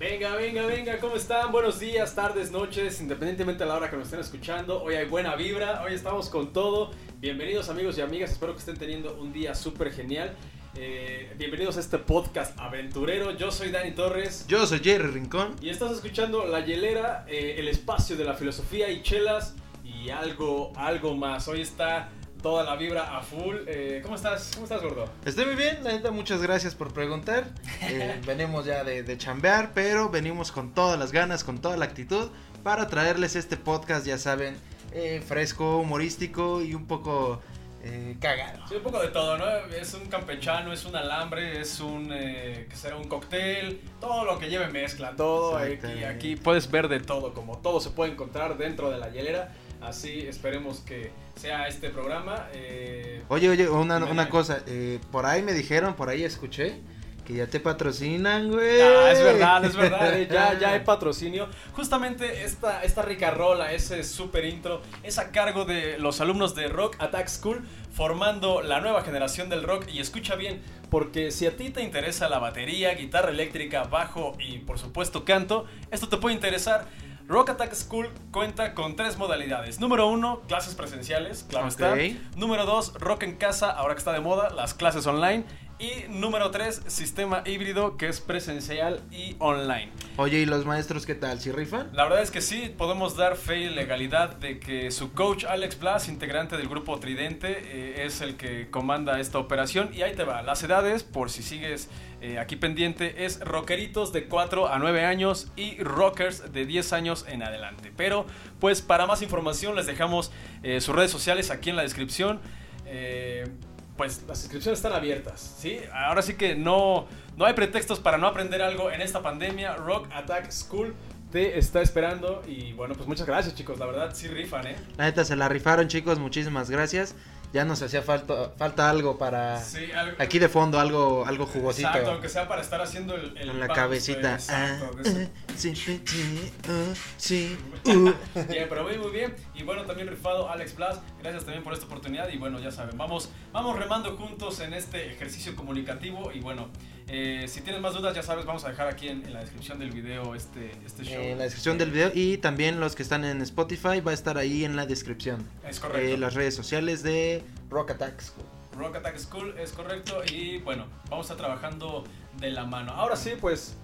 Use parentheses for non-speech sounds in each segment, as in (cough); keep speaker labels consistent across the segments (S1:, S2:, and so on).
S1: Venga, venga, venga, ¿cómo están? Buenos días, tardes, noches, independientemente de la hora que nos estén escuchando. Hoy hay buena vibra, hoy estamos con todo. Bienvenidos amigos y amigas, espero que estén teniendo un día súper genial. Eh, bienvenidos a este podcast aventurero. Yo soy Dani Torres
S2: Yo soy Jerry Rincón.
S1: y estás escuchando La Hielera, eh, el espacio de la filosofía y chelas y algo, algo más. Hoy está toda la vibra a full. Eh, ¿Cómo estás? ¿Cómo estás, gordo?
S2: Estoy Este, muy bien, la neta, muchas gracias por preguntar.
S1: (laughs)
S2: Eh, venimos ya de, de chambear, pero venimos con todas las ganas, con toda la actitud para traerles este podcast, ya saben, eh, fresco, humorístico y un poco eh, cagado.
S1: Sí, un poco de todo, ¿no? Es un campechano, es un alambre, es un, eh, ¿qué será? Un cóctel, todo lo que lleve mezcla, todo aquí,
S2: Exactamente.
S1: aquí puedes ver de todo, como todo se puede encontrar dentro de la hielera, así esperemos que sea este programa. eh,
S2: Oye, oye, una,
S1: Dime.
S2: una cosa, eh, por ahí me dijeron, por ahí escuché, que ya te patrocinan, güey.
S1: Ah, es verdad,
S2: (laughs)
S1: es verdad, eh, ya, ya hay patrocinio. Justamente esta, esta rica rola, ese super intro, es a cargo de los alumnos de Rock Attack School, formando la nueva generación del rock. Y escucha bien, porque si a ti te interesa la batería, guitarra eléctrica, bajo y por supuesto canto, esto te puede interesar. Rock Attack School cuenta con tres modalidades. Número uno, clases presenciales, claro está.
S2: Ok.
S1: Número 2, rock en casa, ahora que está de moda, las clases online. Y número 3, sistema híbrido que es presencial y online.
S2: Oye, ¿y los maestros qué tal? ¿Sí rifan?
S1: La verdad es que sí, podemos dar fe y legalidad de que su coach Alex Blas, integrante del grupo Tridente, eh, es el que comanda esta operación. Y ahí te va, las edades, por si sigues eh, aquí pendiente, es rockeritos de 4 a 9 años y rockers de 10 años en adelante. Pero pues para más información les dejamos eh, sus redes sociales aquí en la descripción. Eh, pues las inscripciones están abiertas, ¿sí? Ahora sí que no, no hay pretextos para no aprender algo en esta pandemia. Rock Attack School te está esperando y bueno, pues muchas gracias chicos, la verdad sí rifan, ¿eh?
S2: La neta, se la rifaron, chicos, muchísimas gracias. Ya nos hacía falta, falta algo para...
S1: Sí, algo-
S2: Ah, Aquí de fondo algo, algo jugosito.
S1: Exacto, aunque sea para estar haciendo el... el
S2: Con la
S1: bounce,
S2: cabecita.
S1: Exacto, de
S2: Ah,
S1: eso.
S2: ah, sí, sí, sí, ah, sí, uh.
S1: (laughs) Bien, pero muy, muy bien. Y bueno, también rifado Alex Blas. Gracias también por esta oportunidad. Y bueno, ya saben, vamos, vamos remando juntos en este ejercicio comunicativo. Y bueno, eh, si tienes más dudas, ya sabes, vamos a dejar aquí en, en la descripción del video este, este show.
S2: En Eh, la descripción del video y también los que están en Spotify va a estar ahí en la descripción.
S1: Es
S2: Eh,
S1: correcto.
S2: las redes sociales de Rock Attack School.
S1: Rock Attack School es correcto. Y bueno, vamos a estar trabajando de la mano. Ahora sí, pues.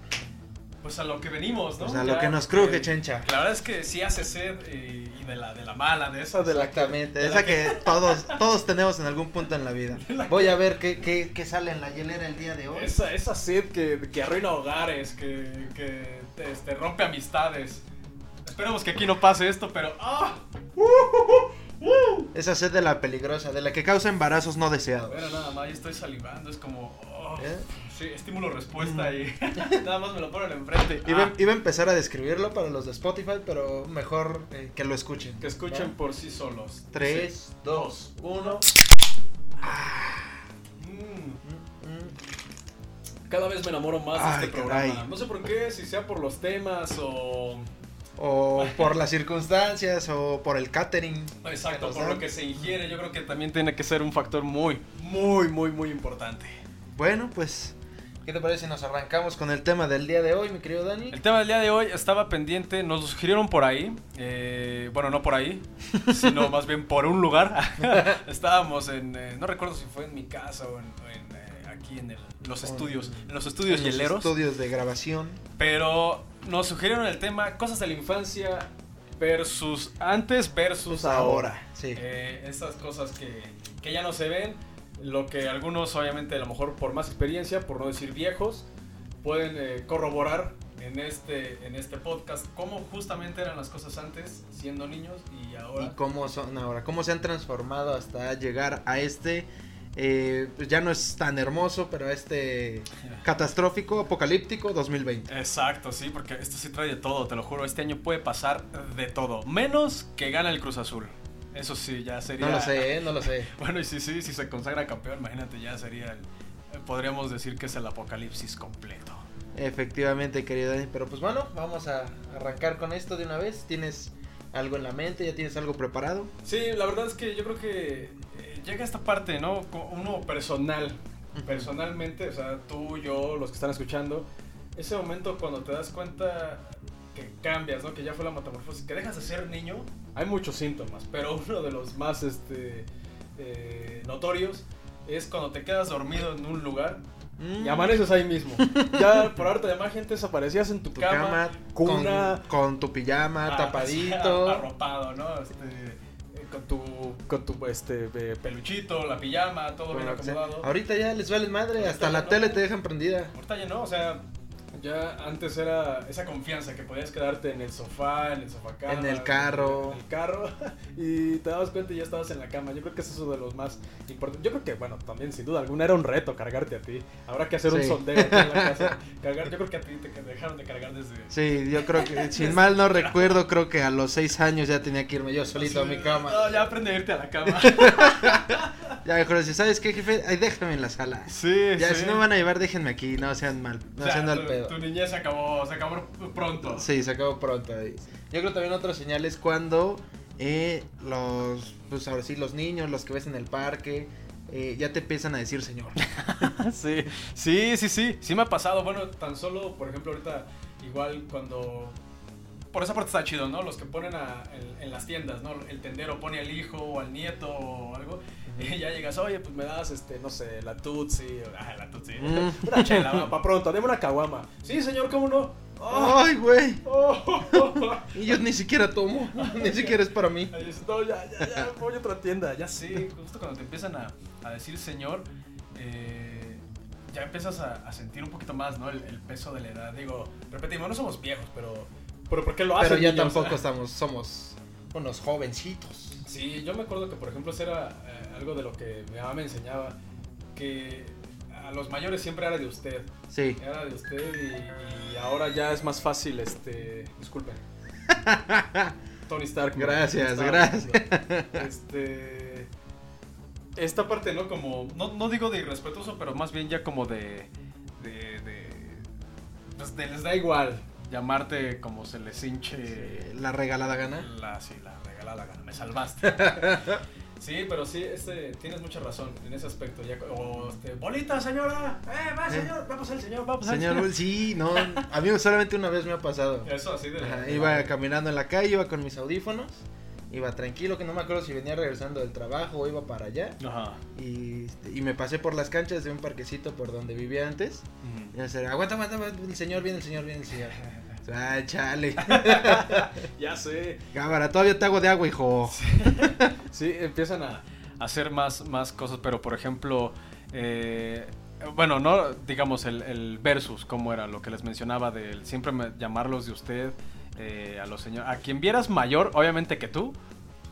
S1: Pues a lo que venimos, ¿no?
S2: O sea, lo
S1: Ya,
S2: que nos cruje,
S1: eh,
S2: chencha.
S1: La verdad es que sí hace sed eh, y de la, de la mala, de esa, de la
S2: Pues Exactamente,
S1: de la
S2: esa que todos, todos tenemos en algún punto en la vida.
S1: (laughs)
S2: Voy a ver qué, qué, qué sale en la hielera el día de hoy.
S1: Esa, esa sed que, que arruina hogares, que, que este, rompe amistades. Esperemos que aquí no pase esto, pero. ¡Ah!
S2: Esa sed de la peligrosa, de la que causa embarazos no deseados.
S1: Bueno, nada más, yo estoy salivando, es como. oh,
S2: ¿Eh? Mm.
S1: Sí, estímulo-respuesta y (laughs) nada más me lo ponen enfrente.
S2: Iba,
S1: Ah,
S2: iba a empezar a describirlo para los de Spotify, pero mejor eh, que lo escuchen.
S1: Ah, que escuchen por sí solos.
S2: 3, 2,
S1: dos, uno. Mm, Cada vez me enamoro más de
S2: Ay,
S1: este programa.
S2: caray.
S1: No sé por qué, si sea por los temas o.
S2: O por las circunstancias, o por el catering. que
S1: Exacto,
S2: nos
S1: por lo
S2: dan.
S1: que se ingiere, yo creo que también tiene que ser un factor muy, muy, muy, muy importante.
S2: Bueno, pues, ¿qué te parece si nos arrancamos con el tema del día de hoy, mi querido Dani?
S1: El tema del día de hoy estaba pendiente, nos lo sugirieron por ahí, eh, bueno, no por (laughs) ahí, sino más bien por un lugar. (laughs) Estábamos en, eh, no recuerdo si fue en mi casa o en, o en, eh, aquí en el- los
S2: En-
S1: estudios, en los estudios
S2: En los
S1: hieleros,
S2: Estudios de grabación.
S1: pero nos sugirieron el tema cosas de la infancia versus antes versus ahora.
S2: Sí.
S1: Eh, estas cosas que, que ya no se ven, lo que algunos obviamente a lo mejor por más experiencia, por no decir viejos, pueden eh, corroborar en este, en este podcast cómo justamente eran las cosas antes siendo niños y
S2: y
S1: ahora.
S2: cómo son ahora, cómo se han transformado hasta llegar a este, eh, pues ya no es tan hermoso, pero a este catastrófico, apocalíptico 2020.
S1: Exacto, sí, porque esto sí trae de todo, te lo juro, este año puede pasar de todo, menos que gana el Cruz Azul. Eso sí, ya sería...
S2: No lo sé, eh, no lo sé.
S1: (laughs) Bueno, y sí, sí, si se consagra campeón, imagínate, ya sería el- eh, Podríamos decir que es el apocalipsis completo.
S2: Efectivamente, querido Dani, pero pues bueno, vamos a arrancar con esto de una vez. ¿Tienes algo en la mente? ¿Ya tienes algo preparado?
S1: Sí, la verdad es que yo creo que eh, llega esta parte, ¿no? Co- Uno personal, personalmente, o sea, tú, yo, los que están escuchando, ese momento cuando te das cuenta que cambias, ¿no? Que ya fue la metamorfosis, que dejas de ser niño, hay muchos síntomas, pero uno de los más este, eh, notorios es cuando te quedas dormido en un lugar
S2: Mm,
S1: y amaneces ahí mismo. Ya por arte de magia antes aparecías en tu,
S2: Tu
S1: cama,
S2: cama,
S1: cuna,
S2: con, con tu pijama
S1: ah, (laughs)
S2: tapadito.
S1: arropado, ¿no? Este, eh, con tu, con tu este, eh, peluchito, la pijama, todo
S2: con
S1: bien
S2: lo que sea.
S1: acomodado.
S2: Ahorita ya les valen madre,
S1: Ahorita
S2: hasta
S1: ya
S2: la
S1: no.
S2: tele te dejan prendida.
S1: Ahorita ya no, o sea, ya antes era esa confianza que podías quedarte en el sofá, en el sofá
S2: En el carro.
S1: En el carro (laughs) y te dabas cuenta y ya estabas en la cama. Yo creo que eso es uno de los más importantes. Yo creo que, bueno, también sin duda alguna era un reto cargarte a ti. Habrá que hacer un
S2: Sí.
S1: sondeo aquí
S2: (laughs)
S1: en la casa. Cargar, yo creo que a ti te dejaron de cargar desde.
S2: Sí, yo creo (laughs) que, sin mal no recuerdo, creo que a los seis años ya tenía que irme yo solito a mi cama.
S1: No, ya aprende a irte a la
S2: (laughs)
S1: cama.
S2: Ya mejor decir, ¿sabes qué, jefe? Ay, déjame en la sala.
S1: Sí,
S2: Ya, si no me van a llevar, déjenme aquí, no sean mal, no sean al pedo.
S1: Tu niñez se acabó, se acabó pronto.
S2: Sí, se acabó pronto. ahí. Yo creo también otra señal es cuando eh, los, pues ahora sí, los niños, los que ves en el parque, eh, ya te empiezan a decir señor.
S1: Ah, Sí, sí, sí, sí, sí me ha pasado. Bueno, tan solo, por ejemplo, ahorita igual cuando... Por esa parte está chido, ¿no? Los que ponen a- en, en las tiendas, ¿no? El tendero pone al hijo o al nieto o algo. Y ya llegas, oye, pues me das, este, no sé, la tutsi. o- Ah, la tutsi.
S2: Mm.
S1: (laughs) Una chela, va, pa' pronto, deme una caguama. Sí, señor, ¿cómo no? Ah,
S2: Ay, güey.
S1: (laughs) oh, oh, oh.
S2: Y yo ni siquiera tomo, ni siquiera es para mí.
S1: Ahí dices, "No, ya, ya, ya, voy a otra tienda. Ya sí, justo cuando te empiezan a, a decir señor, eh, ya empiezas a, a sentir un poquito más, ¿no? El, el peso de la edad. Digo, repetimos, no somos viejos, pero... Pero ¿por qué lo hacen?
S2: Pero ya
S1: niños? ¿eh? Ah,
S2: tampoco estamos, somos unos jovencitos.
S1: Sí, yo me acuerdo que, por ejemplo, eso era eh, algo de lo que mi mamá me enseñaba, que a los mayores siempre era de usted,
S2: Sí.
S1: era de usted y, y ahora ya es más fácil, este...
S2: (laughs)
S1: Disculpen. Tony Stark. ¿no?
S2: Gracias,
S1: Tony
S2: gracias.
S1: Este. Esta parte, ¿no? Como. No, no digo de irrespetuoso, pero más bien ya como de. De. de pues de- les da igual llamarte como se les hinche.
S2: Eh, La regalada gana.
S1: La, sí, la regalada gana. Me salvaste. sí, pero sí, este, tienes mucha razón en ese aspecto. Ya, o este, bolita, señora. ¡Eh, va, señor! Vamos al señor, vamos al
S2: Señor, sí, no, a mí solamente una vez me ha pasado.
S1: Eso así de. la-
S2: Ajá,
S1: de
S2: iba
S1: la-
S2: caminando en la calle, iba con mis audífonos, iba tranquilo, que no me acuerdo si venía regresando del trabajo o iba para allá.
S1: Ajá.
S2: Y, este, y me pasé por las canchas de un parquecito por donde vivía antes.
S1: Ujú.
S2: Y hacer, aguanta, aguanta, aguanta, el señor viene, el señor viene, el señor. Ah, chale.
S1: Ya sé.
S2: (laughs) Cámara, todavía te hago de agua, hijo.
S1: Sí, empiezan a hacer más, más cosas, pero por ejemplo, eh, bueno, no digamos el, el versus, como era lo que les mencionaba, del siempre me- llamarlos de usted eh, a los señores. A quien vieras mayor, obviamente que tú,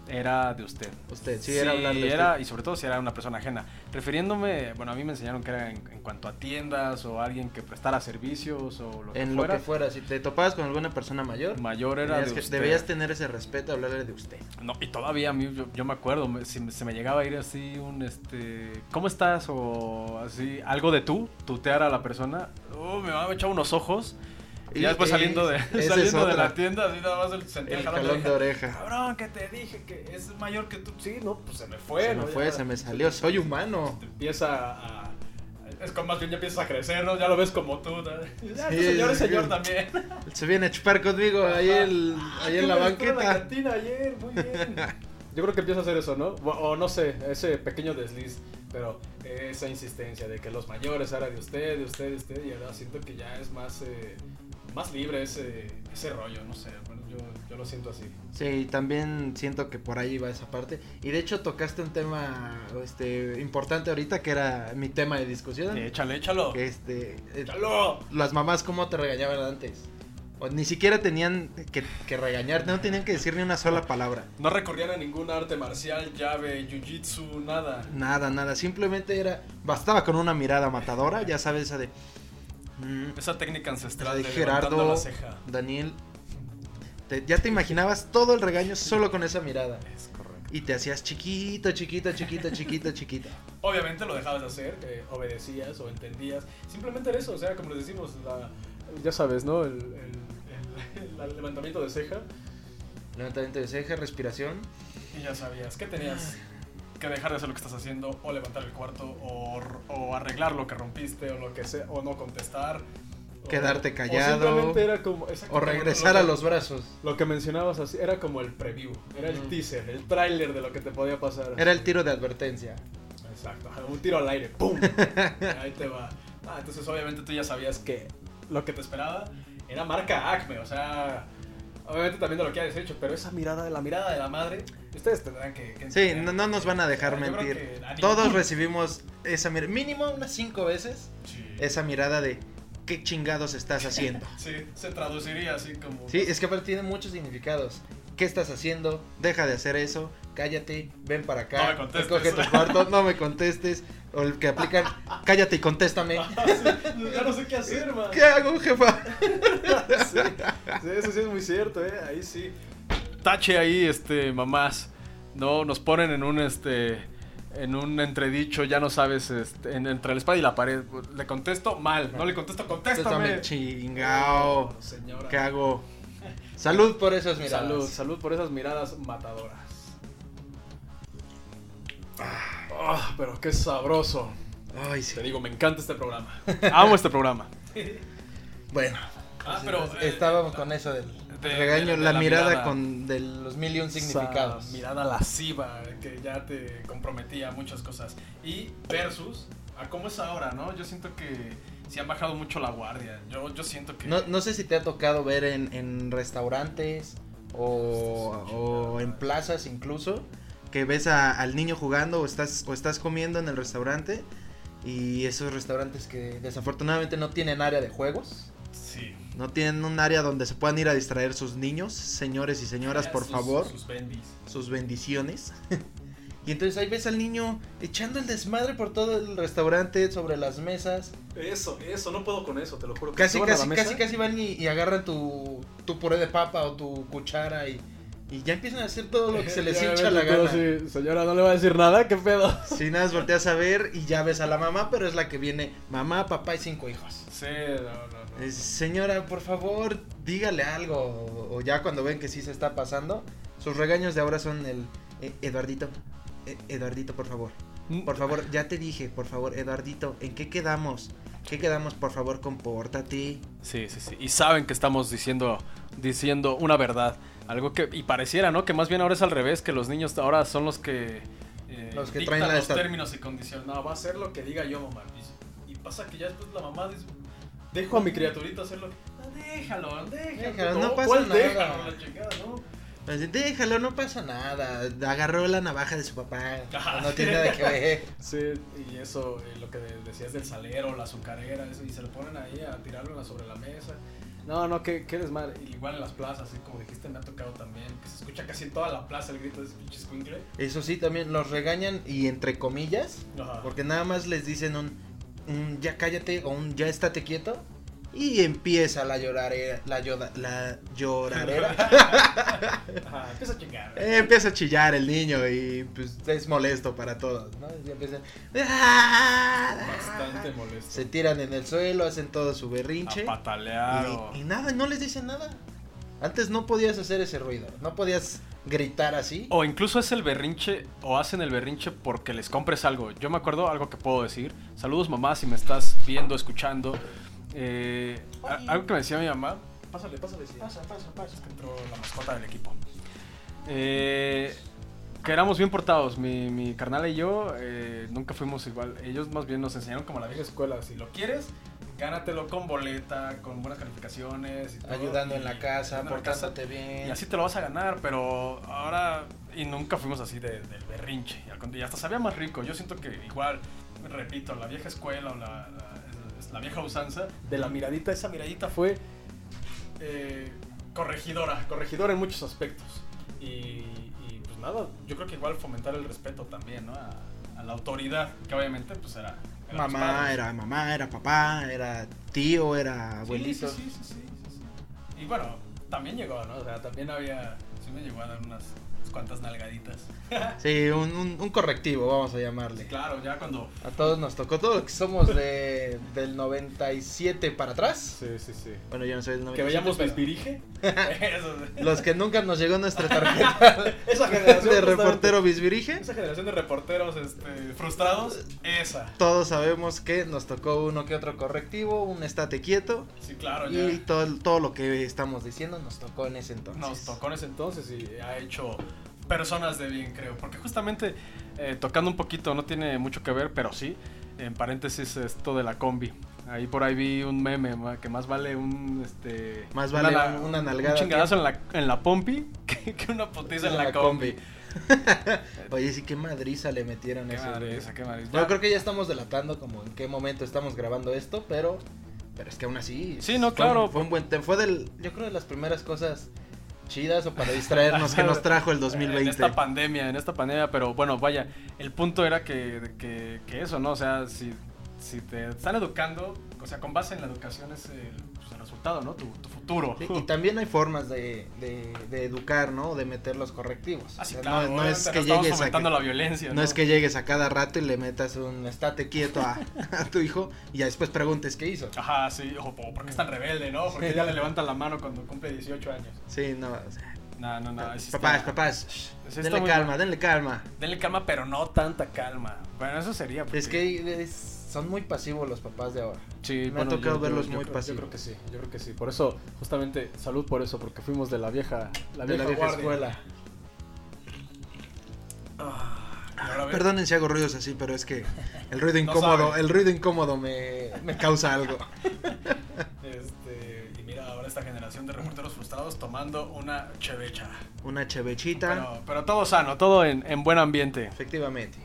S1: era de usted.
S2: Usted, sí, era hablarle. a usted.
S1: era- y sobre todo si era una persona ajena. Refiriéndome, bueno, a mí me enseñaron que era en, en cuanto a tiendas o alguien que prestara servicios o lo que
S2: en
S1: fuera. pues,
S2: lo que fuera, si te topabas con alguna persona mayor,
S1: Mayor era
S2: tenías
S1: de
S2: que-
S1: usted.
S2: debías tener ese respeto, hablarle de usted.
S1: No, y todavía a mí, yo, yo me acuerdo, me- si me- se me llegaba a ir así un, este, ¿cómo estás? O así, algo de tú, tutear a la persona. Uh, mi mamá me echaba unos ojos. Y,
S2: Y-
S1: ya después
S2: y-
S1: saliendo de, (laughs)
S2: esa es
S1: saliendo de
S2: otra.
S1: la tienda, así nada más el, sentía
S2: El
S1: el jalón de
S2: jalón de
S1: oreja.
S2: oreja.
S1: Cabrón, que te dije que es mayor que tú. Sí, no, pues se me fue.
S2: Se me
S1: ¿no?
S2: fue,
S1: Ya
S2: se me salió, soy humano.
S1: te Empieza a... a- Es como más bien ya empiezas a crecer, ¿no? Ya lo ves como tú. ¿no? Ya,
S2: Sí,
S1: tu señor es
S2: sí.
S1: señor también.
S2: Se viene a chupar conmigo ahí, el,
S1: (laughs)
S2: ahí
S1: Ah,
S2: en la
S1: qué buena estuvo la
S2: banqueta.
S1: cantina ayer, muy
S2: (laughs)
S1: bien. Yo creo que empieza a hacer eso, ¿no? O, o no sé, ese pequeño desliz, pero esa insistencia de que los mayores ahora de usted, de usted, de usted, y ahora siento que ya es más, eh, más libre ese, ese rollo, no sé, bueno, yo, yo lo siento así.
S2: Sí, también siento que por ahí va esa parte. Y de hecho tocaste un tema este, importante ahorita que era mi tema de discusión.
S1: échale, échalo.
S2: Que, este, eh,
S1: Échalo.
S2: las mamás cómo te regañaban antes. O ni siquiera tenían que, que regañarte, no tenían que decir ni una sola palabra.
S1: No recorrían a ningún arte marcial, llave, jiu-jitsu, nada.
S2: Nada, nada. Simplemente era, bastaba con una mirada matadora, ya sabes, esa de... mm,
S1: Esa técnica ancestral
S2: de
S1: de,
S2: Gerardo.
S1: levantando la ceja.
S2: Daniel, te- ya te imaginabas todo el regaño solo con esa mirada.
S1: Es correcto.
S2: Y te hacías chiquito, chiquito, chiquito, chiquito, chiquito.
S1: Obviamente lo dejabas de hacer, eh, obedecías o entendías. Simplemente era eso, o sea, como les decimos, la- ya sabes, ¿no? El, el- el- el levantamiento de ceja.
S2: Levantamiento de ceja, respiración.
S1: Y ya sabías que tenías que dejar de hacer lo que estás haciendo, o levantar el cuarto, o, r- o arreglar lo que rompiste, o lo que sea, o no contestar.
S2: quedarte
S3: O
S2: callado
S3: simplemente era como.
S2: o regresar a los brazos.
S3: Lo que mencionabas así, era como el preview, era el
S2: Ujú.
S3: teaser, el tráiler de lo que te podía pasar.
S2: Era el tiro de advertencia.
S3: Exacto, ajá, un tiro al aire,
S2: (laughs)
S3: ¡pum! Ahí te va.
S1: Ah, entonces obviamente tú ya sabías que lo que te esperaba era marca Acme, o sea, obviamente también de lo que habías hecho, pero esa mirada, la mirada de la madre, ustedes tendrán que... que
S2: Sí,
S1: entender.
S2: no, no nos van a dejar
S1: Yo creo
S2: mentir.
S1: que a
S2: Todos
S1: ningún-
S2: recibimos esa mirada, mínimo unas cinco veces,
S1: Sí.
S2: esa mirada de qué chingados
S1: (laughs)
S2: estás haciendo.
S1: Sí, se traduciría así como...
S2: Sí,
S1: (laughs)
S2: es que aparte tiene muchos significados. ¿Qué estás haciendo? Deja de hacer eso. Cállate, ven para
S1: No
S2: acá.
S1: me contestes.
S2: Coge tu cuarto, no me contestes. O el que aplican, cállate
S1: (laughs)
S2: y contéstame.
S1: Ya no sé qué hacer, man.
S2: ¿Qué hago, jefa?
S3: Sí, sí, eso sí es muy cierto, ¿eh? Ahí sí.
S1: Tache ahí, este, mamás, no, nos ponen en un, este, en un entredicho, ya no sabes, este, en- entre la espada y la pared, le contesto mal, no le contesto, contéstame.
S2: Contéstame, chingao.
S3: Oh, señora.
S2: ¿Qué hago? Salud por esas miradas.
S3: Salud, salud por esas miradas matadoras. Ah, pero qué sabroso.
S2: Ay,
S3: Te
S2: sí.
S3: digo, me encanta este
S1: (laughs)
S3: programa. Amo este programa.
S2: Bueno,
S1: Ah,
S2: pues,
S1: pero...
S2: entonces,
S1: eh,
S2: estábamos con eso del
S1: de-
S2: regaño,
S1: de- de
S2: la,
S1: la
S2: mirada,
S1: mirada.
S2: con de los mil y un significados.
S1: Esa mirada lasciva que ya te comprometía a muchas cosas. Y versus a cómo es ahora, ¿no? Yo siento que se han bajado mucho la guardia. Yo, yo siento que.
S2: No, no sé si te ha tocado ver en, en restaurantes o, o en plazas incluso que ves a- al niño jugando o estás, o estás comiendo en el restaurante y esos restaurantes que desafortunadamente no tienen área de juegos,
S1: Sí.
S2: no tienen un área donde se puedan ir a distraer sus niños, señores y señoras, por
S1: Ah, Sus-
S2: favor,
S1: Sus bendis.
S2: sus bendiciones. (laughs) Y entonces ahí ves al niño echando el desmadre por todo el restaurante, sobre las mesas.
S3: Eso, eso, no puedo con eso, te lo juro. que
S2: Casi,
S3: suban a la
S2: casi,
S3: mesa.
S2: casi, casi van y, y agarran tu, tu puré de papa o tu cuchara y, y ya empiezan a hacer todo lo
S3: (laughs)
S2: que se les
S3: Ya
S2: hincha
S3: ves,
S2: la
S3: pero
S2: gana. Si
S3: sí, señora, no le va a decir nada, qué pedo.
S2: nada, más volteas a ver y ya ves a la mamá, pero es la que viene mamá, papá y cinco hijos.
S1: Sí, no, no, no.
S2: Eh, señora, por favor, dígale algo. O, o ya cuando ven que sí se está pasando, sus regaños de ahora son el eh, Eduardito. eh, Eduardito, por favor. Por favor, ya te dije, por favor, Eduardito, ¿en qué quedamos? ¿Qué quedamos? Por favor, compórtate.
S1: Sí, sí, sí. Y saben que estamos diciendo, diciendo una verdad. Algo que. Y pareciera, ¿no? Que más bien ahora es al revés, que los niños ahora son los que. eh,
S2: Los que
S1: dictan
S2: traen la
S1: los
S2: esta-
S1: términos y condiciones. No, va a ser lo que diga yo, mamá. Y, y pasa que ya después la mamá dice. Dejo a mi criaturita hacerlo. Déjalo, déjalo.
S2: Déjalo, no pasa
S1: ¿cuál
S2: nada?
S1: Déjalo, la chingada, ¿no?
S2: Pues, déjalo, no pasa nada. Agarró la navaja de su papá. No tiene nada que ver.
S3: Sí,
S1: Y eso, eh, lo que de- decías del salero, la azucarera, eso, y se lo ponen ahí a tirarlo sobre la mesa.
S3: no, no, qué, qué desmadre.
S1: Y Igual en las plazas, así como dijiste, me ha tocado también, que se escucha casi en toda la plaza el grito de ese pinche escuincle.
S2: Eso sí, también los regañan y entre comillas,
S1: Ajá.
S2: porque nada más les dicen un, un ya cállate o un ya estate quieto. Y empieza la llorarera. La, lloda- la llorarera.
S1: Ajá, empieza a chingar.
S2: Eh, empieza a chillar el niño y pues es molesto para todos, ¿no? Y empiezan, "Ah".
S1: Bastante molesto.
S2: Se tiran en el suelo, hacen todo su berrinche.
S1: A patalear. o-
S2: Y, y nada, no les dicen nada. Antes no podías hacer ese ruido, no podías gritar así.
S1: O incluso es el berrinche, o hacen el berrinche porque les compres algo. Yo me acuerdo algo que puedo decir. Saludos, mamá, si me estás viendo, escuchando. Eh, a- algo que me decía mi mamá. Pásale, pásale, sí. Pasa, pasa, pasa. Es que entró la mascota del equipo. Eh, que éramos bien portados. Mi, mi carnal y yo eh, nunca fuimos igual. Ellos más bien nos enseñaron como la vieja escuela. Si lo quieres, gánatelo con boleta, con buenas calificaciones. y todo.
S2: Ayudando en la casa,
S1: Ayudando en la casa.
S2: portándote bien.
S1: Y así te lo vas a ganar, pero ahora. Y nunca fuimos así de- del berrinche. Y al contrario, hasta sabía más rico. Yo siento que igual, repito, la vieja escuela o la, la- es- la vieja usanza, de la miradita, esa miradita fue eh, corregidora, corregidora en muchos aspectos. Y, y, pues nada, yo creo que igual fomentar el respeto también, ¿no? A, a la autoridad, que obviamente pues era. eran los
S2: Mamá
S1: padres.
S2: era mamá, era papá, era tío, era
S1: Sí,
S2: abuelito.
S1: Sí, sí, sí, sí, sí, sí. Y bueno, también llegó, ¿no? O sea, también había Sí me llegó a dar unas, unas cuantas nalgaditas.
S2: Sí, un, un- un correctivo, vamos a llamarle.
S1: Claro, ya cuando...
S2: A todos nos tocó, todos los que somos de, del 97 para atrás.
S3: Sí, sí, sí.
S2: Bueno, yo no soy del 97.
S1: Que veíamos (laughs)
S2: pero
S1: Vesperige. Eso.
S2: Los que nunca nos llegó nuestra tarjeta
S1: (laughs) Esa generación
S2: de
S1: justamente.
S2: reportero bisbirige.
S1: Esa generación de reporteros este, frustrados, esa.
S2: Todos sabemos que nos tocó uno que otro correctivo, un estate quieto.
S1: Sí, claro, ya.
S2: Y todo, todo lo que estamos diciendo nos tocó en ese entonces.
S1: Nos tocó en ese entonces y ha hecho personas de bien, creo. Porque justamente, eh, tocando un poquito, no tiene mucho que ver, pero sí, en paréntesis, esto de la combi. Ahí por ahí vi un meme ma, que más vale un. Este,
S2: Más vale
S1: na-
S2: un- una nalgada,
S1: Un chingadazo en la, en la pompi (laughs) que, que una potiza en la, combi.
S2: (laughs) Oye, sí, qué madriza le metieron a
S1: Qué
S2: ese
S1: madre
S2: güey.
S1: esa, qué madre.
S2: Yo creo que ya estamos delatando como en qué momento estamos grabando esto, pero pero es que aún así.
S1: Sí, no,
S2: fue
S1: claro.
S2: un- Fue un buen tema. Fue del, yo creo de las primeras cosas chidas o
S1: (laughs)
S2: para distraernos que nos trajo el
S1: En
S2: 2020.
S1: esta pandemia, en esta pandemia, pero bueno, vaya, el punto era que, que- que eso, ¿no? O sea, si, si te están educando, o sea, con base en la educación es el, pues, el resultado, ¿no? Tu, tu futuro.
S2: Sí, y también hay formas de, de, de educar, ¿no? De meter los correctivos.
S1: (laughs) Ah, sí,
S2: O sea,
S1: claro,
S2: no, no
S1: obviamente,
S2: es que
S1: estamos
S2: llegues a
S1: fomentando
S2: que-
S1: la violencia.
S2: no es que llegues a cada rato y le metas un estate quieto a, (laughs) a tu hijo y ya después preguntes qué hizo.
S1: Ajá, sí, ojo, po- porque es tan rebelde, ¿no? Porque
S2: Sí.
S1: ya le levantan la mano cuando cumple 18 años.
S2: Sí, no. o sea,
S1: No, no, no. es
S2: papás,
S1: sistema.
S2: papás, shh,
S1: Ese está
S2: denle
S1: muy
S2: calma,
S1: mal.
S2: denle calma.
S1: Denle calma, pero no tanta calma. Bueno, eso sería.
S2: Es
S1: porque-
S2: que es- son muy pasivos los papás de ahora.
S1: Sí,
S2: me ha tocado
S1: yo-
S2: verlos
S1: yo-
S3: Yo
S2: muy
S3: creo-
S2: pasivos.
S3: Yo creo que sí, yo creo que sí. Por eso, justamente, salud por eso, porque fuimos de la vieja, la
S2: de
S3: vieja,
S2: la vieja
S3: guardia.
S2: escuela.
S1: Ah, y ahora ve-
S2: Perdonen si hago ruidos así, pero
S1: (laughs)
S2: es que el ruido
S1: No
S2: incómodo,
S1: sabe.
S2: el ruido incómodo me, me causa algo.
S1: Este, y mira ahora esta generación de reporteros frustrados tomando una chevecha.
S2: Una chevechita.
S1: Pero, pero todo sano, todo en, en buen ambiente.
S2: Efectivamente.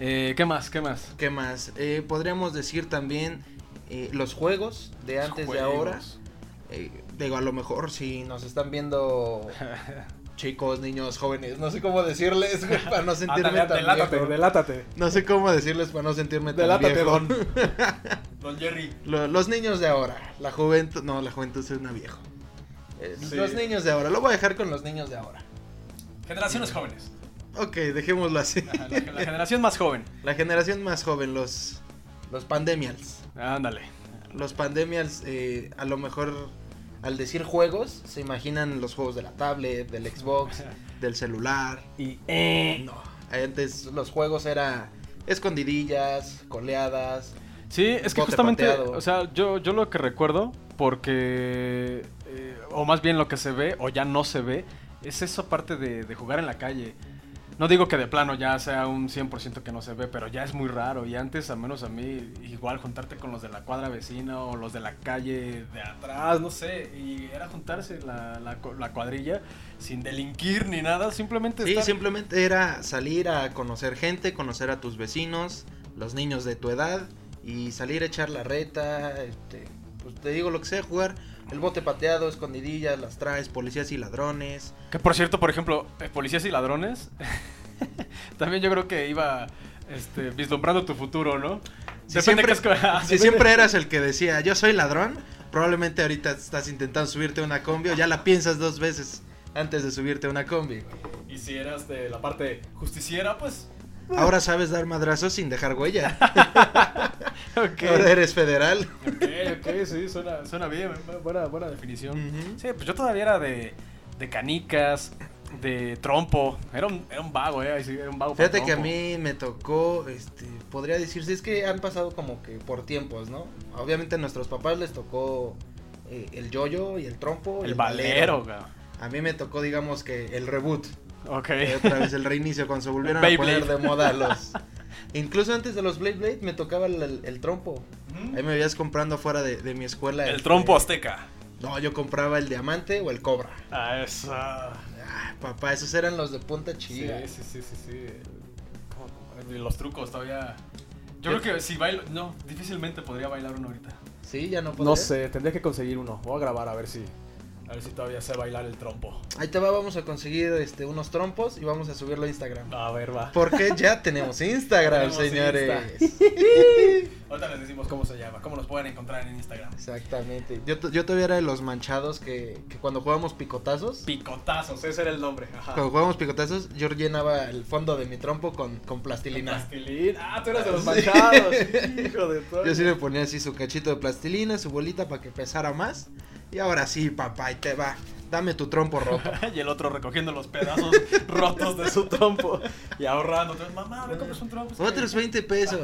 S1: Eh, ¿Qué más? ¿Qué más?
S2: ¿Qué más? Eh, podríamos decir también eh, los juegos de antes
S1: (laughs)
S2: de ahora.
S1: Juegos.
S2: Eh, digo, a lo mejor si nos están viendo chicos, niños, jóvenes, no sé cómo decirles
S1: (laughs)
S2: güey, para no sentirme
S1: Ándale,
S2: tan
S1: delátate,
S2: viejo.
S1: del-
S3: Delátate,
S2: No sé cómo decirles para no sentirme tan
S3: delátate,
S2: viejo. (laughs)
S3: don.
S1: Don Jerry.
S2: Lo- los niños de ahora, la juventud, no, la juventud es una vieja. Eh,
S1: Sí.
S2: Los niños de ahora, lo voy a dejar con los niños de ahora.
S1: Generaciones jóvenes.
S2: Ok, dejémoslo así.
S1: Ajá, La, la generación más joven.
S2: La generación más joven, los, los pandemials.
S1: Ándale.
S2: Los pandemials, eh, a lo mejor al decir juegos, se imaginan los juegos de la tablet, del Xbox, del celular.
S3: Y
S2: No, antes los juegos era escondidillas, coleadas.
S1: Sí, es que
S2: Bote
S1: justamente,
S2: pateado.
S1: o sea, yo, yo lo que recuerdo, porque, eh, o más bien lo que se ve, o ya no se ve, es esa parte de, de jugar en la calle. No digo que de plano ya sea un 100% que no se ve, pero ya es muy raro. Y antes, al menos a mí, igual juntarte con los de la cuadra vecina o los de la calle de atrás, no sé. Y era juntarse la, la cu- la cuadrilla sin delinquir ni nada, simplemente
S2: Sí,
S1: estar-
S2: simplemente era salir a conocer gente, conocer a tus vecinos, los niños de tu edad y salir a echar la reta, este, pues te digo lo que sea, jugar el bote pateado, escondidillas, las traes, policías y ladrones.
S1: Que por cierto, por ejemplo, eh, policías y ladrones. (laughs) también yo creo que iba este, vislumbrando tu futuro, ¿no?
S2: Si
S1: Depende
S2: siempre-
S1: qué escuela- (laughs)
S2: Si Ah, siempre eras el que decía, yo soy ladrón, probablemente ahorita estás intentando subirte a una combi o ya la piensas dos veces antes de subirte a una combi.
S1: Y si eras de la parte justiciera, pues.
S2: Ahora sabes dar madrazos sin dejar huella.
S1: (laughs) Ok,
S2: Ahora eres federal.
S1: ok, ok, sí, suena, suena bien, bu- buena, buena definición.
S2: Ujú.
S1: Sí, pues yo todavía era de, de canicas, de trompo. Era un, era un vago, ¿eh? Ahí sí, Era un vago para
S2: Fíjate que a
S1: trompo.
S2: mí me tocó, este, podría decirse, es que han pasado como que por tiempos, ¿no? Obviamente a nuestros papás les tocó eh, el yoyo y el trompo. y
S1: El valero, cabrón.
S2: A mí me tocó, digamos que el reboot.
S1: Ok.
S2: Y otra vez el reinicio cuando se volvieron a
S1: Beyblade.
S2: poner de moda los. (laughs) Incluso antes de los Blade Blade me tocaba el, el- el trompo. Ahí me veías comprando fuera de, de mi escuela.
S1: El
S2: este,
S1: trompo azteca.
S2: No, yo compraba el diamante o el cobra.
S1: Ah, esa.
S2: Ah, papá, esos eran los de punta
S3: Sí,
S2: chida.
S3: sí, sí, sí, sí.
S1: ¿Cómo, cómo? Y Los trucos todavía. Yo creo que si bailo. No, difícilmente podría bailar uno ahorita.
S2: Sí, ya no podía.
S3: No sé, tendría que conseguir uno. Voy a grabar a ver si.
S1: A ver si todavía sé bailar el trompo.
S2: Ahí te va, vamos a conseguir este, unos trompos y vamos a subirlo a Instagram.
S3: A ver, va.
S2: Porque (laughs) ya tenemos Instagram,
S1: Tenemos
S2: señores.
S1: Ahorita les decimos cómo se llama, cómo nos pueden encontrar en Instagram.
S2: Exactamente. Yo, to- yo todavía era de los manchados que, que cuando jugábamos picotazos,
S1: Picotazos, ese era el nombre. Ajá.
S2: cuando jugábamos picotazos, yo llenaba el fondo de mi trompo con, con plastilina.
S3: Plastilina. Ah, tú eres de los
S2: Sí. (laughs)
S3: manchados. Hijo de todo.
S2: Yo sí le ponía así su cachito de plastilina, su bolita para que pesara más. Y ahora sí, papá, ahí te va. Dame tu trompo (laughs) roto.
S1: (laughs) Y el otro recogiendo los pedazos (laughs) rotos de su trompo y ahorrando. Entonces, Mamá, me compras un trompo. Es que-
S2: Otros 20 pesos.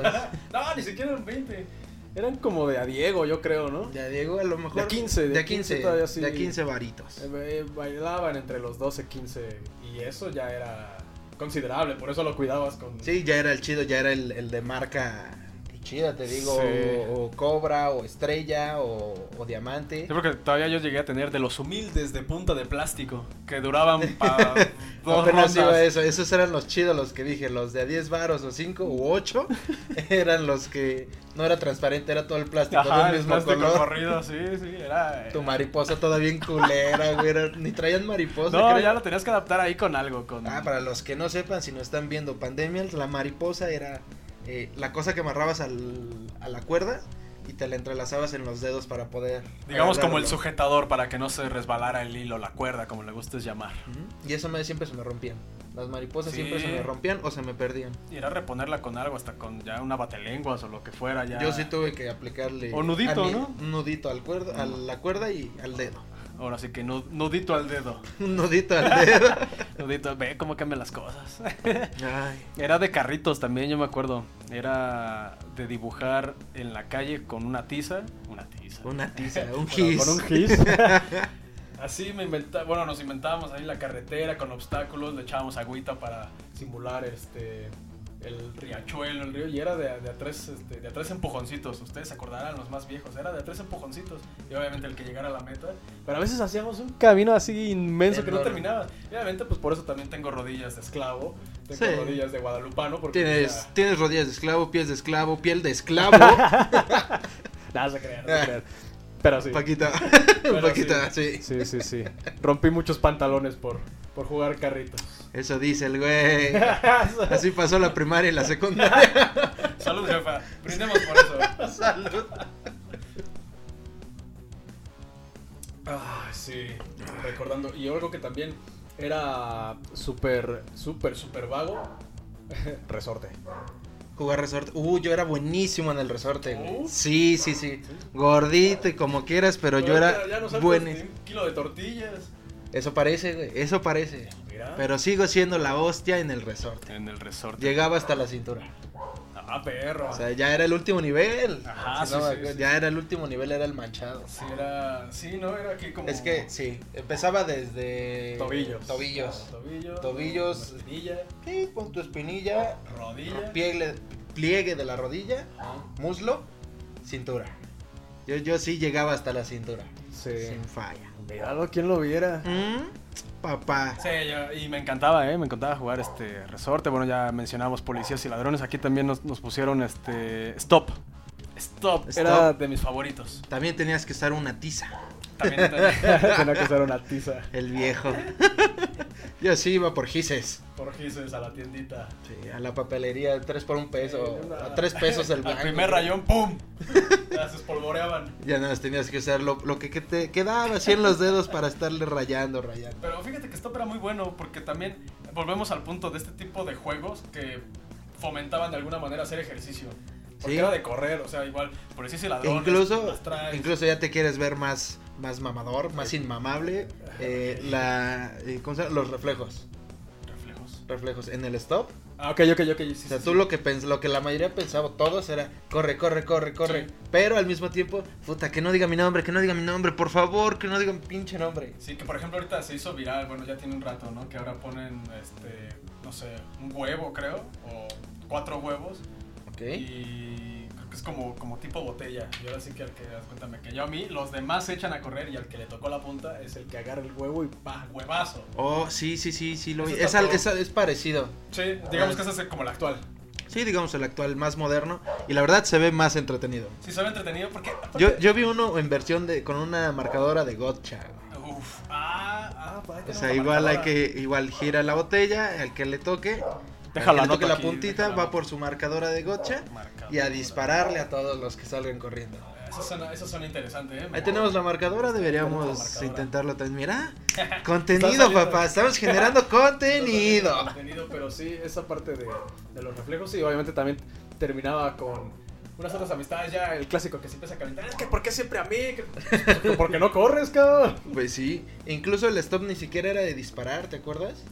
S1: No, ni siquiera eran 20.
S3: Eran como de a Diego, yo creo, ¿no?
S2: Ya Diego, a lo mejor.
S3: De a 15, de
S2: de a
S3: 15
S2: 15,
S3: todavía sí.
S2: de a 15 varitos.
S3: Eh, eh, Bailaban entre los 12, 15 y eso ya era considerable, por eso lo cuidabas con...
S2: Sí, ya era el chido, ya era el, el de marca chida, te digo,
S1: Sí.
S2: o, o cobra, o estrella, o, o diamante.
S1: Yo creo que todavía yo llegué a tener de los humildes de punta de plástico que duraban para dos
S2: (laughs) Apenas
S1: rondas.
S2: iba este, eso, esos eran los chidos, los que dije, los de a 10 varos o 5 u
S1: (laughs)
S2: 8, eran los que no era transparente, era todo el plástico
S1: Ajá,
S2: del
S1: el
S2: mismo
S1: plástico
S2: color.
S1: corrido, sí, sí, era. eh,
S2: Tu mariposa todavía bien culera, güey, era- ni traían mariposa.
S1: No,
S2: creo.
S1: ya lo tenías que adaptar ahí con algo, con.
S2: Ah, para los que no sepan, si no están viendo Pandemia, la mariposa era eh, la cosa que amarrabas al- a la cuerda y te la entrelazabas en los dedos para poder...
S1: Digamos como el
S2: agarrarlo.
S1: sujetador para que no se resbalara el hilo, la cuerda, como le gustes llamar.
S2: Ujú. Y eso me, siempre se me rompían. Las mariposas
S1: Sí.
S2: siempre se me rompían o se me perdían.
S1: Y era reponerla con algo, hasta con ya una batelenguas o lo que fuera. Ya...
S2: Yo sí tuve que aplicarle...
S1: O nudito,
S2: a mí-
S1: ¿no?
S2: Un nudito Mm. al cuerda, a la cuerda y al dedo. (laughs)
S1: Ahora sí que nu- nudito al dedo.
S2: Un nudito al dedo.
S1: Nudito, ve cómo cambian las cosas.
S2: (laughs)
S1: (laughs)
S2: Ay.
S1: Era de carritos también, yo me acuerdo. Era de dibujar en la calle con una tiza. Una tiza.
S2: Una tiza, un
S3: Bueno,
S2: gis.
S3: con un gis.
S1: (laughs) Así me inventa, bueno, nos inventábamos ahí la carretera con obstáculos, le echábamos agüita para simular este el riachuelo, el río, y era de, a- de a tres, este, de a tres empujoncitos, ustedes se acordarán los más viejos, era de a tres empujoncitos, y obviamente el que llegara a la meta, pero a veces hacíamos un camino así inmenso que no
S2: Enorme.
S1: terminaba, y obviamente pues por eso también tengo rodillas de esclavo, tengo
S2: Sí.
S1: rodillas de guadalupano, porque pues,
S2: Tienes,
S1: ya-
S2: tienes rodillas de esclavo, pies de esclavo, piel de (laughs) esclavo.
S3: Nada, se crean, se crean. Pero sí.
S2: (laughs) Paquita,
S1: Pero
S2: Paquita, sí.
S3: Sí, sí, sí. Rompí muchos pantalones por, por jugar carritos.
S2: Eso dice el güey. Así pasó la primaria y la secundaria.
S1: (laughs) salud jefa, brindemos por eso.
S2: (laughs) Salud.
S3: Ah, sí, recordando. Y algo que también era súper, súper, súper vago. Resorte.
S2: Jugar resorte. Uh, yo era buenísimo en el resorte, güey.
S1: ¿Oh?
S2: Sí, sí, sí. Gordito y como quieras, pero yo
S1: ya- ya
S2: era
S1: no saltas ni
S2: buenísimo.
S1: un kilo de tortillas.
S2: Eso parece, güey. Eso parece.
S1: Mira.
S2: Pero sigo siendo la hostia en el resorte.
S1: En el resorte.
S2: Llegaba hasta la cintura.
S1: Ah, perro.
S2: O sea, ya era el último nivel.
S1: Ajá,
S2: Si no
S1: sí,
S2: me
S1: sí,
S2: acuerdo,
S1: sí,
S2: ya era el último nivel, era el manchado.
S1: sí, era... sí, no, era aquí como.
S2: Es que, sí, empezaba desde...
S1: Tobillos.
S2: Tobillos.
S1: Ah, tobillos.
S2: Tobillos.
S1: Espinilla.
S2: Sí, pon tu espinilla,
S1: Rodilla.
S2: pliegue, pliegue de la rodilla,
S1: Ah,
S2: muslo, cintura. Yo, yo sí llegaba hasta la cintura.
S3: Sí.
S2: Sin falla. Mm,
S3: Míralo, quien lo viera.
S2: Papá.
S1: Sí, yo- y me encantaba, ¿eh? Me encantaba jugar este resorte. Bueno, ya mencionábamos policías y ladrones. Aquí también nos, nos pusieron este. Stop. Stop.
S2: Stop.
S1: Era de mis favoritos.
S2: También tenías que usar una tiza.
S3: (laughs)
S1: También. también.
S3: Tenía que usar una tiza.
S1: (laughs)
S2: El viejo. yo sí iba por gises.
S1: Por gises a la tiendita.
S2: Sí, a la papelería, tres por un peso.
S3: Sí, una-
S2: A tres pesos
S1: (laughs)
S2: el
S1: Al
S2: blanco.
S1: primer rayón, ¡pum! Ya se espolvoreaban.
S2: Ya nada más tenías que usar lo, lo que que te quedaba así en los dedos para estarle rayando, rayando.
S1: Pero fíjate que Stop era muy bueno porque también volvemos al punto de este tipo de juegos que fomentaban de alguna manera hacer ejercicio. Porque
S2: Sí.
S1: era de correr, o sea, igual, por eso hice
S2: E
S1: ladrones,
S2: incluso,
S1: las traes.
S2: incluso ya te quieres ver más, más mamador, más inmamable. eh, la, eh, ¿cómo se llama? Los reflejos.
S1: Reflejos.
S2: Reflejos en el stop.
S3: Ah, ok, ok, ok. sí,
S2: O sea,
S3: sí,
S2: tú
S3: sí.
S2: lo que pens lo que la mayoría pensaba todos era corre, corre, corre, corre.
S1: Sí.
S2: Pero al mismo tiempo, puta, que no diga mi nombre, que no diga mi nombre, por favor, que no diga mi pinche nombre.
S1: Sí, que por ejemplo ahorita se hizo viral, bueno, ya tiene un rato, ¿no? Que ahora ponen, este, no sé, un huevo, creo, o cuatro huevos.
S2: Ok.
S1: Y creo que es como, como tipo botella. Y ahora sí que al que, cuéntame, que yo a mí, los demás se echan a correr y al que le tocó la punta es el que agarra el huevo y pa, huevazo.
S2: Oh, sí, sí, sí, sí, lo vi.
S1: Eso
S2: Es,
S1: está
S2: al-
S1: todo.
S2: es al- es parecido.
S1: Sí,
S2: Ah.
S1: digamos que ese es el- como el actual.
S2: Sí, digamos el actual más moderno. Y la verdad se ve más entretenido.
S1: Sí, se ve entretenido porque...
S2: Yo, yo vi uno en versión de con una marcadora de gotcha. güey.
S1: Uf,
S3: Ah, pues hay que
S2: O
S3: no
S2: sea,
S3: tomar
S2: igual hay
S3: ahora.
S2: que, igual gira la botella, el que le toque, al que
S3: Déjala,
S2: le toque
S3: nota
S2: la
S3: aquí,
S2: puntita,
S1: déjala.
S2: va por su marcadora de gotcha
S1: Marcador.
S2: y a dispararle a todos los que salgan corriendo.
S1: Eso suena, eso suena interesante, ¿eh?
S2: Ahí tenemos la marcadora, deberíamos
S1: Tenemos la marcadora.
S2: intentarlo también. Mira,
S3: Está
S2: contenido,
S3: saliendo.
S2: papá, estamos generando contenido.
S3: Contenido, pero sí, esa parte de, de los reflejos y obviamente también terminaba con unas otras amistades ya, el clásico que se empieza a calentar, es que ¿por qué siempre a mí? Que- Porque, porque no corres, cabrón.
S2: Pues sí, incluso el stop ni siquiera era de disparar, ¿te acuerdas?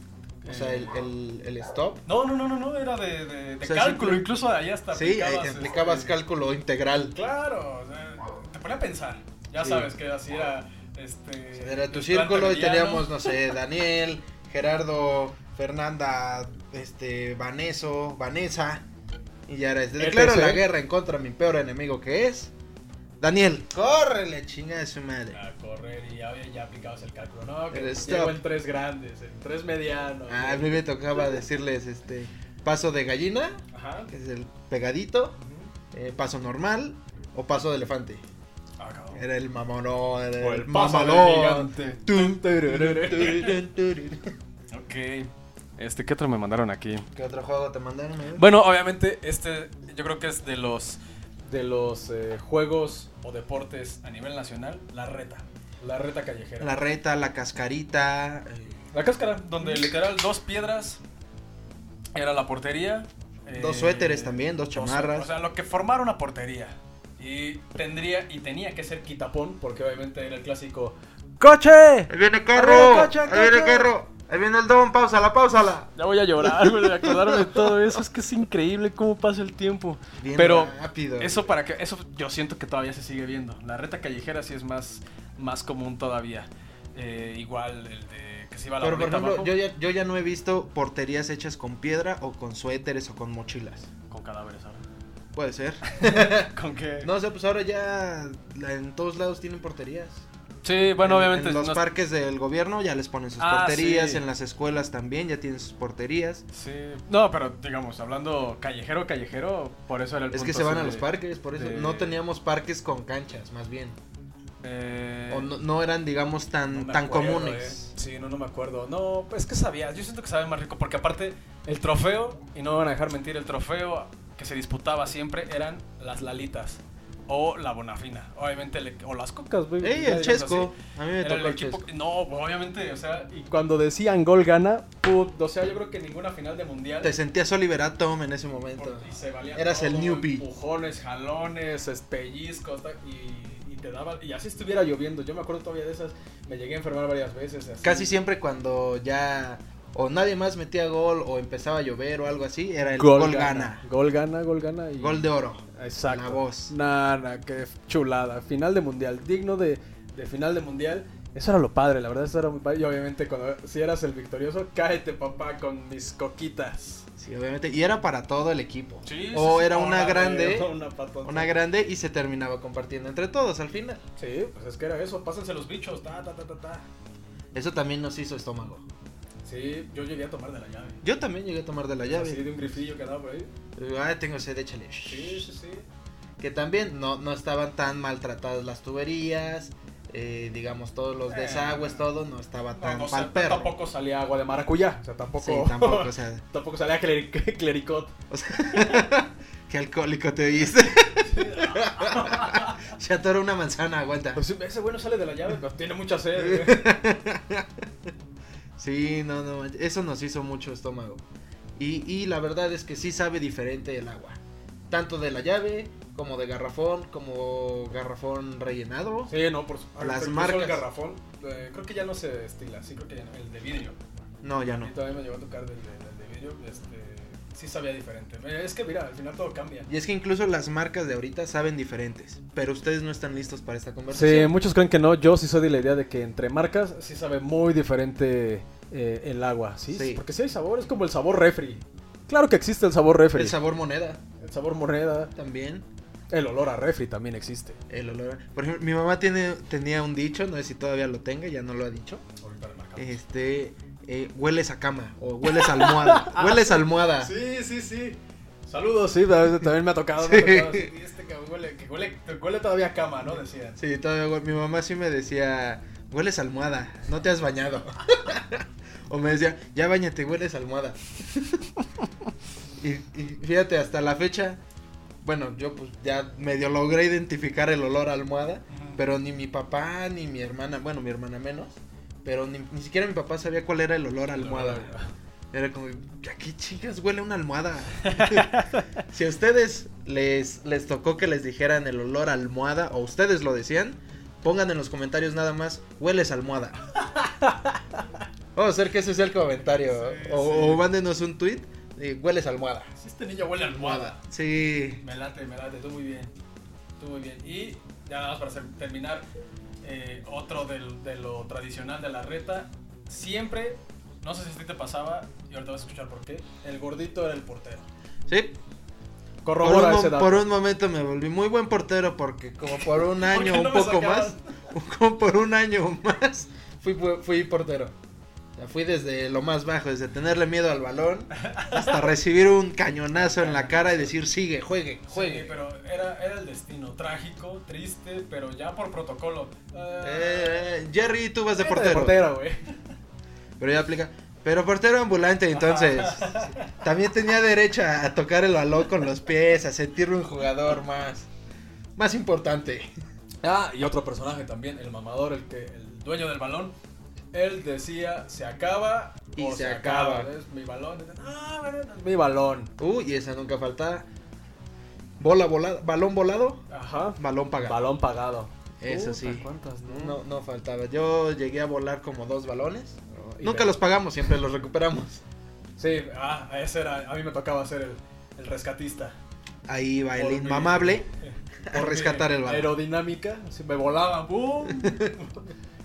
S2: O sea, el, el- el stop.
S1: No, no, no, no, no, era de, de- de
S2: O sea,
S1: cálculo,
S2: simple-
S1: incluso ahí hasta
S2: Sí, ahí te
S1: este,
S2: aplicabas cálculo integral.
S1: Claro, o sea, te ponía a pensar. Ya
S2: Sí.
S1: sabes que así era. Este,
S2: Era tu
S1: el plan
S2: círculo y
S1: terrellano.
S2: teníamos, no (laughs) sé, Daniel, Gerardo, Fernanda, este, Vaneso, Vanessa. Y ya era, este,
S3: ETC.
S2: declaro la guerra en contra de mi peor enemigo que es. Daniel, córrele, chinga de su madre.
S3: A correr y ya, ya aplicabas el cálculo, ¿no?
S2: El
S3: Que
S2: stop.
S3: llegó el tres grandes, el tres mediano.
S2: Ah, a mí me tocaba decirles, este, paso de gallina,
S1: Ajá.
S2: que es el pegadito, eh, paso normal o paso de elefante.
S1: Ah, cabrón.
S2: Era el mamonón, era
S3: O
S2: el,
S3: el paso del
S2: mamalón.
S3: gigante.
S2: Tun, tururun, tururun, tururun.
S1: Ok. Este, ¿qué otro me mandaron aquí?
S2: ¿Qué otro juego te mandaron? eh?
S1: Bueno, obviamente, este yo creo que es de los
S3: De los eh, juegos,
S1: o deportes a nivel nacional, la reta.
S3: la reta callejera.
S2: La reta, la cascarita. eh,
S1: La cáscara, donde literal dos piedras era la portería. eh,
S2: Dos suéteres también, dos
S1: dos-
S2: chamarras.
S1: o sea, lo que formara una portería. Y tendría y tenía que ser quitapón.
S3: Tapón, porque obviamente era el clásico.
S1: ¡Coche!
S2: Ahí viene el
S1: Ahí
S2: carro,
S1: viene el coche,
S2: ahí viene el
S1: coche.
S2: carro, ahí viene el don, pausala, pausala.
S1: Ya voy a llorar, güey, de acordarme de todo eso. Es que es increíble cómo pasa el tiempo.
S2: Bien
S1: Pero
S2: rápido.
S1: Eso para que eso yo siento que todavía se sigue viendo. La reta callejera sí es más más común todavía. Eh, igual el de que se iba la
S2: Pero por
S1: bolita
S2: ejemplo,
S1: abajo
S2: yo ya, yo ya no he visto porterías hechas con piedra o con suéteres o con mochilas.
S1: con cadáveres ahora.
S2: (laughs)
S1: (laughs)
S2: Puede ser.
S1: Con que
S2: No sé, pues ahora ya la- en todos lados tienen porterías.
S1: Sí, bueno,
S2: En-
S1: obviamente
S2: En los
S1: no-
S2: parques del gobierno ya les ponen sus
S1: Ah,
S2: porterías,
S1: sí.
S2: en las escuelas también ya tienen sus porterías.
S1: Sí. No, pero digamos, hablando callejero, callejero, por eso era el
S2: Es que
S1: punto
S2: se van
S1: ese
S2: a
S1: de-
S2: los parques, por eso
S1: de-
S2: no teníamos parques con canchas, más bien.
S1: Eh,
S2: O no, no eran, digamos,
S1: no
S2: tan,
S1: me
S2: tan
S1: acuerdo, eh.
S2: comunes.
S1: Sí, no, no me acuerdo. No, es que sabías. Yo siento que sabía más rico porque aparte el trofeo, y no me van a dejar mentir, el trofeo que se disputaba siempre eran las lalitas o la bonafina. Obviamente, le- o las cocas.
S3: güey.
S2: Ey,
S3: Ya-
S2: el Chesco. A mí me
S1: Era
S2: tocó
S1: el
S2: el
S1: equipo
S2: Chesco.
S1: que- no, obviamente, o sea, y
S3: Y cuando decían gol gana, put,
S1: o sea, yo creo que ninguna final de mundial
S2: Te sentías Oliver Atom en ese momento.
S1: y se valía
S2: Eras el
S1: todo,
S2: newbie.
S1: Empujones, jalones.
S3: es pellizcos ta- y, y te daba y así estuviera lloviendo yo me acuerdo todavía de esas me llegué a enfermar varias veces así.
S2: Casi siempre cuando ya o nadie más metía gol o empezaba a llover o algo así, era el
S3: gol,
S2: gol,
S3: gana.
S2: gana.
S3: gol gana gol gana y
S2: Gol de oro.
S3: exacto
S2: la voz.
S3: nah, nah, qué chulada final de mundial digno de, de final de mundial eso era lo padre la verdad eso era muy padre y obviamente cuando si eras el victorioso cáete papá con mis coquitas
S2: Sí, obviamente. Y era para todo el equipo.
S1: Sí, sí,
S2: o
S1: sí,
S2: era una
S1: órale,
S2: grande,
S3: (laughs) una patota.
S2: una grande y se terminaba compartiendo entre todos al final.
S3: sí pues es que era eso
S1: Pásense los bichos, ta, ta, ta, ta, ta.
S2: Eso también nos hizo estómago.
S3: sí yo llegué a tomar de la llave
S2: Yo también llegué a tomar
S1: Ah,
S2: de la
S3: así
S2: llave.
S3: de un grifillo que andaba por ahí
S2: Ah, tengo sed, échale.
S3: sí sí sí
S2: Que también no, no estaban tan maltratadas las tuberías, eh, digamos, todos los
S1: Eh,
S2: desagües, todo, no estaba
S1: No,
S2: tan
S1: no sé,
S2: pal perro.
S1: tampoco
S3: salía agua de maracuyá o sea tampoco
S2: Sí, tampoco, o sea,
S3: (laughs) Tampoco salía cleric- (laughs) clericot.
S2: o sea, qué alcohólico te viste. (laughs) Se atoró una manzana, aguanta.
S3: Pues ese güey no sale de la llave, pero tiene mucha sed. güey.
S2: Sí, no, no, manches, eso nos hizo mucho estómago. Y, y la verdad es que sí sabe diferente el agua. Tanto de la llave, como de garrafón, como garrafón rellenado.
S3: Sí, no, por supuesto.
S2: Las
S3: Incluso
S2: marcas.
S3: El garrafón, eh, creo que ya no se destila, sí, creo que ya no. El de vidrio.
S2: No, ya
S3: A
S2: no.
S3: mí todavía me llegó a tocar del de, del de vidrio, este, sí sabía diferente. Eh, Es que mira, al final todo cambia.
S2: Y es que incluso las marcas de ahorita saben diferentes. Pero ustedes no están listos para esta conversación.
S3: muchos creen que no, yo sí soy de la idea de que entre marcas sí sabe muy diferente eh, el agua,
S2: Sí.
S3: Porque sí hay sabor, es como el sabor refri. Claro que existe el sabor refri.
S2: el sabor moneda
S3: el sabor moneda,
S2: también.
S3: el olor a refri también existe.
S2: El olor. a- Por ejemplo, mi mamá tiene, tenía un dicho, no sé si todavía lo tenga, ya no lo ha dicho.
S1: Ahorita le marcamos.
S2: Este, eh, hueles a cama o hueles a (laughs) almohada. hueles a almohada.
S3: Sí, sí, sí. Ah. Saludos, sí, también me ha tocado.
S2: me ha tocado, sí.
S3: este que huele, que huele, que huele todavía a cama, ¿no? Decían.
S2: Sí, todavía, güey, mi mamá sí me decía, hueles a almohada, no te has bañado. (laughs) o me decía, ya bañate, hueles a almohada. y, y fíjate, hasta la fecha, bueno, yo pues ya medio logré identificar el olor a almohada,
S1: Ujú.
S2: pero ni mi papá ni mi hermana, bueno, mi hermana menos, pero ni, ni siquiera mi papá sabía cuál era el olor a almohada. güey. Era como, ¿a qué chicas huele una almohada? (laughs) si a ustedes les, les tocó que les dijeran el olor a almohada, o ustedes lo decían, pongan en los comentarios nada más, hueles a
S1: (laughs)
S2: almohada. Vamos a hacer que ese sea el comentario.
S1: Sí,
S2: o,
S1: sí.
S2: o mándenos un tweet, de, hueles a almohada.
S1: Si este niño huele a almohada.
S2: Sí.
S1: Me late, me late, tú muy bien. Tú muy bien. Y ya nada más para hacer- terminar, eh, otro del- de lo tradicional de la reta. Siempre, no sé si a ti te pasaba, y ahorita vas a escuchar por qué, el gordito era el portero.
S2: Sí. Por un,
S3: Corrobora ese
S2: mo-
S3: dato.
S2: por un momento me volví muy buen portero porque como (laughs) por un año,
S1: Porque
S2: un
S1: no me
S2: poco más, (laughs)
S1: sacaban.
S2: como por un año o más, fui, pu- fui portero. O sea, fui desde lo más bajo, desde tenerle miedo al balón hasta recibir un cañonazo en la cara y decir, sigue, juegue,
S1: Sí,
S2: juegue.
S1: pero era, era el destino, trágico, triste, pero ya por protocolo. Ah,
S2: Eh, eh, Jerry, tú vas de
S3: Vete
S2: portero.
S3: güey.
S2: Pero ya aplica. Pero portero ambulante, (laughs) entonces. También tenía derecho a a tocar el balón con los pies, a sentirme un jugador más. Más importante.
S1: Ah, y otro personaje también, el mamador, el que el dueño del balón. Él decía, se acaba
S2: Y
S1: o
S2: se acaba".
S1: Es mi balón. Y dice, "Ah, bueno".
S3: Mi balón.
S2: Uy, esa nunca falta. Bola volada, balón volado,
S3: Ajá.
S2: balón pagado.
S3: Balón pagado.
S2: Eso
S3: Puta,
S2: sí.
S3: ¿Cuántas? No.
S2: No, no faltaba. Yo llegué a volar como dos balones.
S3: Y
S2: Nunca
S3: ve-
S2: los pagamos, siempre los recuperamos.
S3: Sí, ah, ese era. A mí me tocaba ser el, el
S2: (laughs)
S3: rescatista.
S2: Ahí va
S1: Por
S2: el
S1: mi-
S2: inmamable
S1: eh,
S2: por rescatar el balón.
S3: Aerodinámica. Si me volaba. ¡Bum!
S1: (laughs)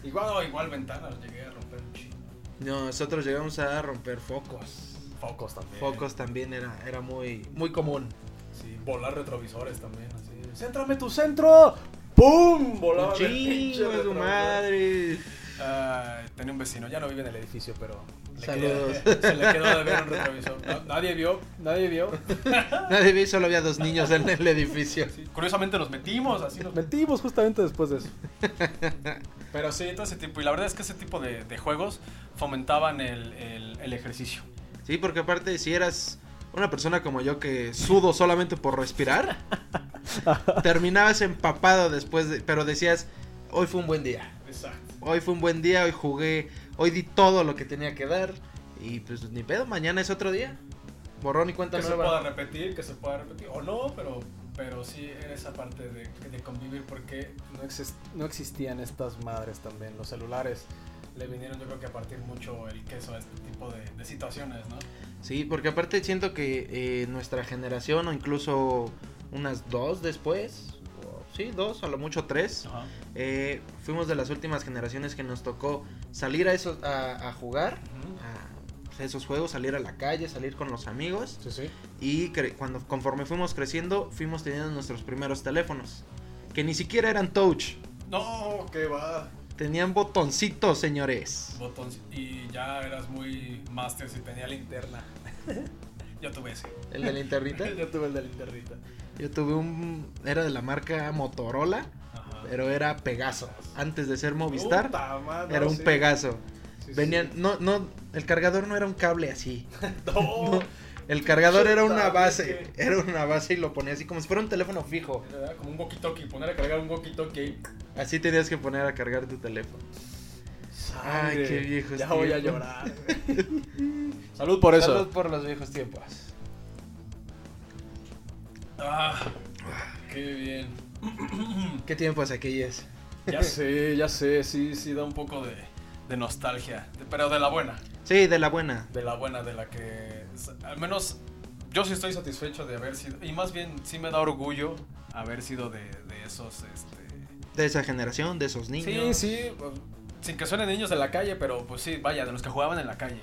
S1: Igual, no, igual ventanas, llegué a romper un chingo.
S2: Nosotros llegamos a romper focos.
S3: Focos también.
S2: Focos también era, era muy, muy común.
S1: Sí, volar retrovisores también, así.
S3: ¡Céntrame tu centro! ¡Pum! Volaba.
S2: Un chingo de tu madre.
S1: Ah, tenía un vecino, ya no vive en el edificio, pero. le
S2: Saludos.
S1: quedó- (laughs) se le quedó de ver un retrovisor. No, nadie vio.
S3: Nadie vio.
S2: Nadie vi, solo había dos niños en el edificio.
S1: sí. Curiosamente nos metimos, así nos
S3: Mentimos justamente después de eso.
S1: (laughs) Pero sí, todo ese tipo. Y la verdad es que ese tipo de, de juegos fomentaban el, el- el ejercicio.
S2: Sí, porque aparte si eras una persona como yo que sudo solamente por respirar, terminabas empapado después, de- pero decías, hoy fue un buen día,
S1: Exacto.
S2: hoy fue un buen día, hoy jugué, hoy di todo lo que tenía que dar y pues ni pedo, mañana es otro día. Borrón y cuenta
S1: Que se pueda
S2: nueva.
S1: repetir, que se pueda repetir. O no, pero, pero sí era esa parte de, de convivir porque
S3: No, exist- no existían estas madres también. Los celulares.
S1: le vinieron yo creo que a partir mucho el queso a este tipo de, de situaciones, ¿no?
S2: Sí, porque aparte siento que eh, nuestra generación o incluso unas dos después, o- sí, dos, a lo mucho tres,
S1: Ajá.
S2: eh, fuimos de las últimas generaciones que nos tocó salir a, esos, a, a jugar, a pues, esos juegos, salir a la calle, salir con los amigos.
S3: Sí, sí.
S2: Y cre- cuando, conforme fuimos creciendo, fuimos teniendo nuestros primeros teléfonos. Que ni siquiera eran touch.
S1: No, que va.
S2: Tenían botoncitos, señores.
S1: Botones. Y ya eras muy master si tenía
S2: (laughs)
S1: linterna. yo tuve ese.
S2: El de la internita.
S3: Yo tuve el de linterrita.
S2: Yo tuve un... Era de la marca Motorola,
S1: Ajá.
S2: pero era Pegaso. Antes de ser Movistar,
S3: Puta madre,
S2: era un
S3: sí.
S2: Pegaso.
S3: Sí, sí.
S2: Venían... No, no, el cargador no era un cable así. (laughs)
S1: No.
S2: El cargador era una
S1: Chota,
S2: base, era una base y lo ponía así como si fuera un teléfono fijo.
S1: Era como un walkie-talkie, poner a cargar un walkie-talkie ahí.
S2: Así tenías que poner a cargar tu teléfono.
S3: Sangre.
S2: Ay, qué viejos
S3: Ya voy a
S2: tiempos. (laughs)
S3: llorar. Salud por eso.
S2: Salud por los viejos tiempos.
S1: Ah, qué bien.
S2: ¿Qué tiempos aquellos? (laughs)
S1: Ya sé, ya sé, sí, sí, da un poco de, de nostalgia, de- pero de la buena,
S2: Sí, de la buena.
S1: de la buena, de la que s- al menos yo sí estoy satisfecho de haber sido, y más bien sí me da orgullo haber sido de, de esos, este,
S2: De esa generación, de esos
S1: sí,
S2: niños.
S1: sí, pues, sin que suenen niños de la calle, pero pues sí, vaya, de los que jugaban en la calle.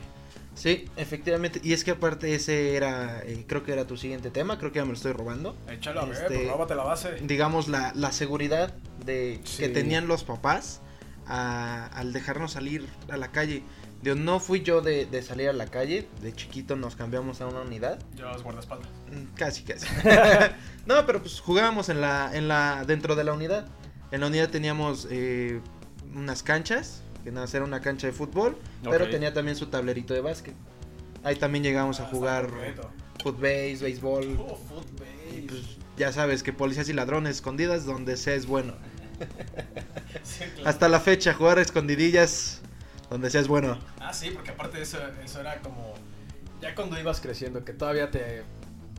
S2: Sí, efectivamente. Y es que aparte ese era, eh, creo que era tu siguiente tema, creo que ya me lo estoy robando.
S1: Échalo a ver,
S2: Este-
S1: pues, róbate la base.
S2: Digamos, la, la seguridad de, que
S3: Sí.
S2: tenían los papás a- al dejarnos salir a la calle. Digo, no fui yo de, de salir a la calle, de chiquito nos cambiamos a una unidad.
S1: Llevabas guardaespaldas.
S2: Mm, Casi, casi. (laughs) no, pero pues jugábamos en la, en la, dentro de la unidad. En la unidad teníamos eh, unas canchas, que nada, más era una cancha de fútbol, pero
S1: Ok.
S2: tenía también su tablerito de básquet. Ahí también llegamos
S1: Ah,
S2: a jugar footbase, béisbol,
S3: Oh, footbase.
S2: y
S3: (laughs)
S2: pues ya sabes que policías y ladrones escondidas donde sea es bueno.
S1: Sí, claro.
S2: Hasta la fecha, jugar escondidillas donde sea es bueno.
S1: Ah, sí, porque aparte de eso, eso era como.
S3: Ya cuando ibas creciendo, que todavía te,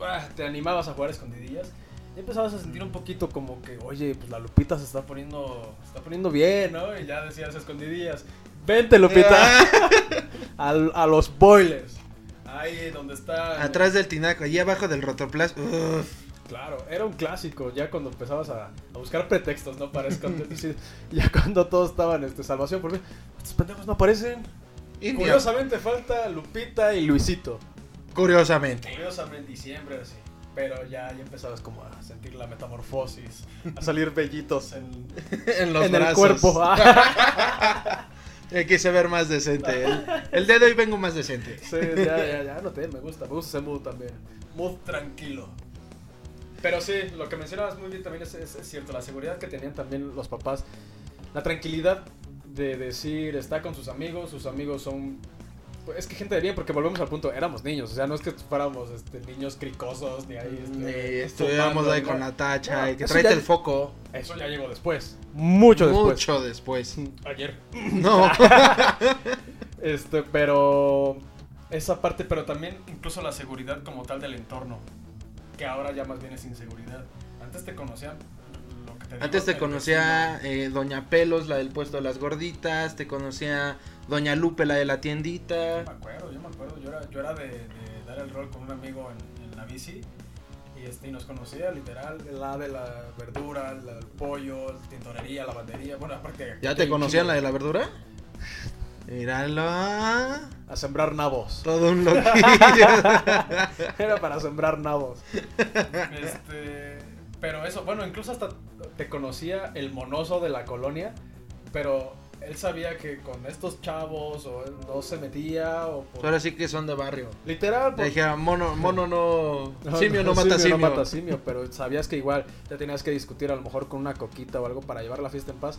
S3: ah, te animabas a jugar escondidillas, ya empezabas a sentir un poquito como que, oye, pues la Lupita se está poniendo, se está poniendo bien, ¿no? Y ya decías escondidillas, vente Lupita,
S2: (laughs)
S3: (laughs) al- a, los boilers, ahí donde está...
S2: Atrás del tinaco, allí abajo del rotoplas. uf.
S3: Claro, era un clásico, ya cuando empezabas a, a buscar pretextos, ¿no? Para esconder, (laughs) sí, ya cuando todos estaban, este, salvación por mí, estos pendejos no aparecen.
S2: Indio.
S3: Curiosamente falta Lupita y Luisito.
S2: Curiosamente. (laughs)
S1: Curiosamente, diciembre, así.
S3: Pero ya, ya empezabas como a sentir la metamorfosis, a salir bellitos en,
S2: en los
S3: en el
S2: brazos.
S3: cuerpo.
S2: Eh, Quise ver más decente. El, el día de hoy vengo más decente.
S3: Sí, ya, ya, ya, noté, me gusta, me gusta ese mood también.
S1: Mood tranquilo.
S3: Pero sí, lo que mencionabas muy bien también es, es- es cierto, la seguridad que tenían también los papás, la tranquilidad de decir está con sus amigos, sus amigos son... pues, Es que gente de bien, porque volvemos al punto, éramos niños, o sea, no es que fuéramos este, niños cricosos, ni ahí...
S2: Y
S3: este,
S2: estuvimos
S3: fumando,
S2: Eh, ahí
S3: ¿no?
S2: con la tacha
S3: No,
S2: y que
S3: eso
S2: tráete
S3: ya-
S2: el foco.
S3: Eso ya llegó después, mucho después. (laughs)
S2: Mucho después.
S1: Ayer.
S2: No.
S3: Este, pero...
S1: Esa parte, pero también incluso la seguridad como tal del entorno. Que ahora ya más bien es inseguridad. Antes te conocían lo que te digo,
S2: Antes te
S1: el
S2: conocía eh, Doña Pelos, la del puesto de las gorditas. Te conocía Doña Lupe, la de la
S1: Me
S2: tiendita.
S1: acuerdo, yo me acuerdo. Yo era, yo era de, de dar el rol con un amigo en, en la bici y, este, y nos conocía literal el ave, la verdura, la- el pollo, la tintorería, la bandería. Bueno, aparte.
S2: ¿Ya te conocían la de la verdura? Míralo.
S3: A sembrar nabos.
S2: Todo
S3: (laughs)
S2: un loquillo.
S3: Era para sembrar nabos.
S1: Este, pero eso, bueno, incluso hasta te conocía el monoso de la colonia, pero él sabía que con estos chavos o él no se metía o por-
S2: Ahora sí que son de barrio.
S3: Literal,
S2: Le
S3: por-
S2: dijeron, mono, mono no.
S3: No,
S2: Simio no
S3: no,
S2: mata simio.
S3: No mata simio, pero sabías que igual te tenías que discutir a lo mejor con una coquita o algo para llevar la fiesta en paz.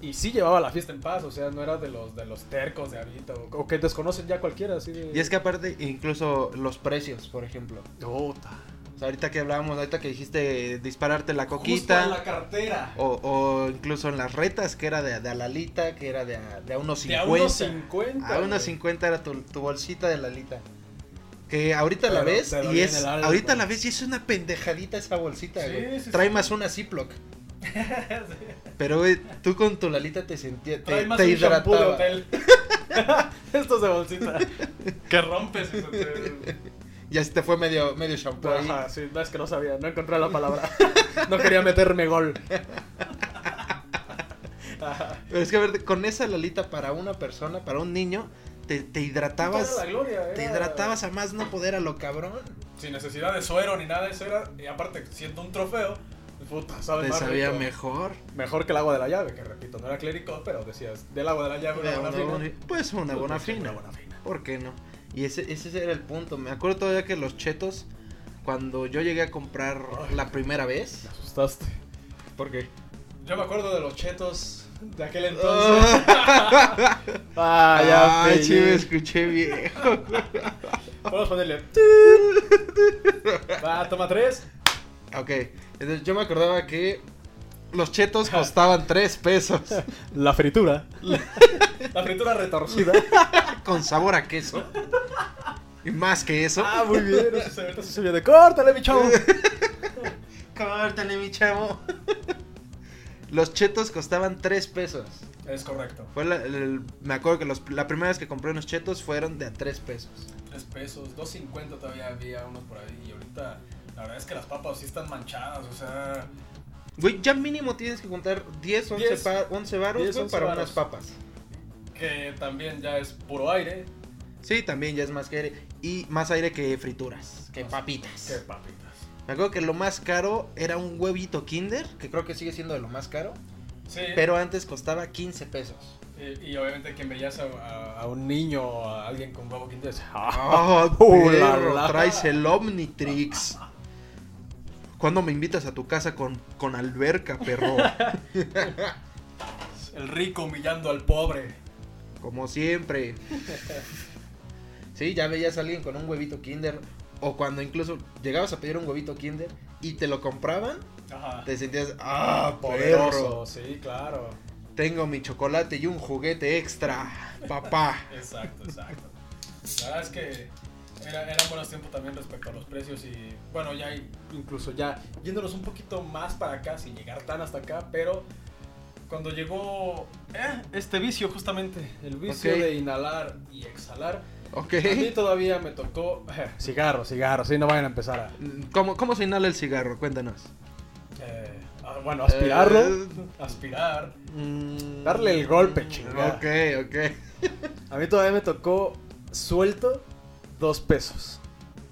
S3: Y sí llevaba la fiesta en paz, o sea, no era de los de los tercos de ahorita o, o que desconocen ya cualquiera, así de...
S2: Y es que aparte, incluso los precios, por ejemplo.
S3: Puta.
S2: O sea, ahorita que hablábamos, ahorita que dijiste dispararte la
S1: justo en la
S2: coquita.
S1: cartera.
S2: O, o incluso en las retas, que era de, de a la alita, que era de a, de a unos
S1: De a unos
S2: 50.
S1: 50.
S2: A unos
S3: (laughs)
S1: güey.
S2: 50 era tu, tu bolsita de la alita. Que ahorita la
S3: Pero
S2: ves
S3: te dolía
S2: y
S3: en
S2: es.
S3: el alma.
S2: Ahorita la ves y es una pendejadita esa bolsita,
S1: Sí,
S2: güey.
S1: sí,
S2: Trae
S1: sí.
S2: más una Ziploc. Pero, güey, tú con tu lalita te sentías. Te,
S1: Trae más
S2: te
S1: un shampoo de
S3: (laughs)
S2: hidrataba.
S1: hotel
S3: Estos de bolsita.
S1: que rompes. y se te-
S2: Y así te fue medio, medio shampoo ahí.
S3: Ajá, sí, no es que no sabía, no encontré la palabra. (laughs) No quería meterme gol. Ajá.
S2: Pero es que, a ver, con esa lalita para una persona, para un niño, te, te hidratabas.
S3: Era la gloria,
S2: Te
S3: era-
S2: hidratabas a más no poder a lo cabrón.
S1: Sin necesidad de suero ni nada de eso era. Y aparte, siendo un trofeo,
S3: Puta, sabe
S2: Te
S3: más
S2: sabía
S3: rico.
S2: mejor.
S3: Mejor que el agua de la llave, que repito, no era clérico, pero decías, del agua de la llave una
S2: Era
S3: buena
S2: una
S3: fina.
S2: buena- pues una buena
S3: Puta, sí,
S2: fina.
S3: una buena fina.
S2: ¿Por qué no? Y ese, ese era el punto. Me acuerdo todavía que los chetos, cuando yo llegué a comprar
S3: Ay.
S2: la primera vez.
S3: Me asustaste.
S2: ¿Por qué?
S1: yo me acuerdo de los chetos de aquel entonces.
S3: Ah, ya,
S2: Ay,
S3: Felipe.
S2: sí, me escuché viejo.
S3: Podemos ponerle. Va, toma tres.
S2: (laughs) ok, entonces yo me acordaba que los chetos costaban 3 pesos. (laughs)
S3: La fritura.
S1: La fritura retorcida.
S2: con sabor a queso. Y más que eso.
S3: Ah, muy bien.
S1: (laughs)
S3: Eso se, eso se vio de córtale, mi (laughs) chavo.
S2: Córtale, mi chavo. (laughs) Los chetos costaban 3 pesos.
S1: Es correcto.
S2: Fue la- el- me acuerdo que los- la primera vez que compré unos chetos fueron de a 3 pesos.
S1: 3 pesos, 2.50 todavía había unos por ahí. Y ahorita, la verdad es que las papas sí están manchadas, o sea.
S2: Güey, ya mínimo tienes que juntar 10, 11,
S3: 10,
S2: pa- 11 varos
S3: 10,
S2: güey,
S3: 11
S2: para
S3: varos.
S2: unas papas.
S1: Que también ya es puro aire.
S2: Sí, también ya es más que aire. Y más aire que frituras, que
S1: Ah,
S2: papitas.
S1: Qué papitas.
S2: Me acuerdo que lo más caro era un huevito Kinder, que creo que sigue siendo de lo más caro.
S1: Sí,
S2: Pero antes costaba 15 pesos.
S1: Eh, y, y obviamente quien veías a, a- a un niño o a alguien con huevo quinto decía, "Ah".
S3: (laughs)
S2: Ah,
S3: Uh, la,
S2: perro,
S3: la.
S2: traes el Omnitrix. ¿Cuándo me invitas a tu casa con, con alberca, perro?
S1: Dios, el rico humillando al pobre.
S2: Como siempre. sí, ya veías a alguien con un huevito Kinder. O cuando incluso llegabas a pedir un huevito Kinder y te lo compraban,
S1: Ajá.
S2: te sentías, ah, poderoso.
S3: Poderoso, sí, claro.
S2: Tengo mi chocolate y un juguete extra, papá.
S3: (laughs)
S1: Exacto, exacto. La verdad es que era, eran buenos tiempos también respecto a los precios y bueno, ya hay- incluso ya yéndonos un poquito más para acá sin llegar tan hasta acá, pero cuando llegó eh, este vicio justamente, el vicio
S2: Ok.
S1: de inhalar y exhalar,
S2: Ok.
S3: A mí todavía me
S1: (laughs)
S3: tocó. Cigarro, cigarro, sí, no vayan a empezar a.
S2: ¿Cómo, ¿Cómo se inhala el cigarro? Cuéntanos.
S3: eh, ah, bueno, aspirarlo.
S2: Eh,
S1: aspirar,
S2: mm,
S3: Darle el golpe, chingada.
S2: Ok, ok.
S3: A mí todavía me tocó suelto dos pesos.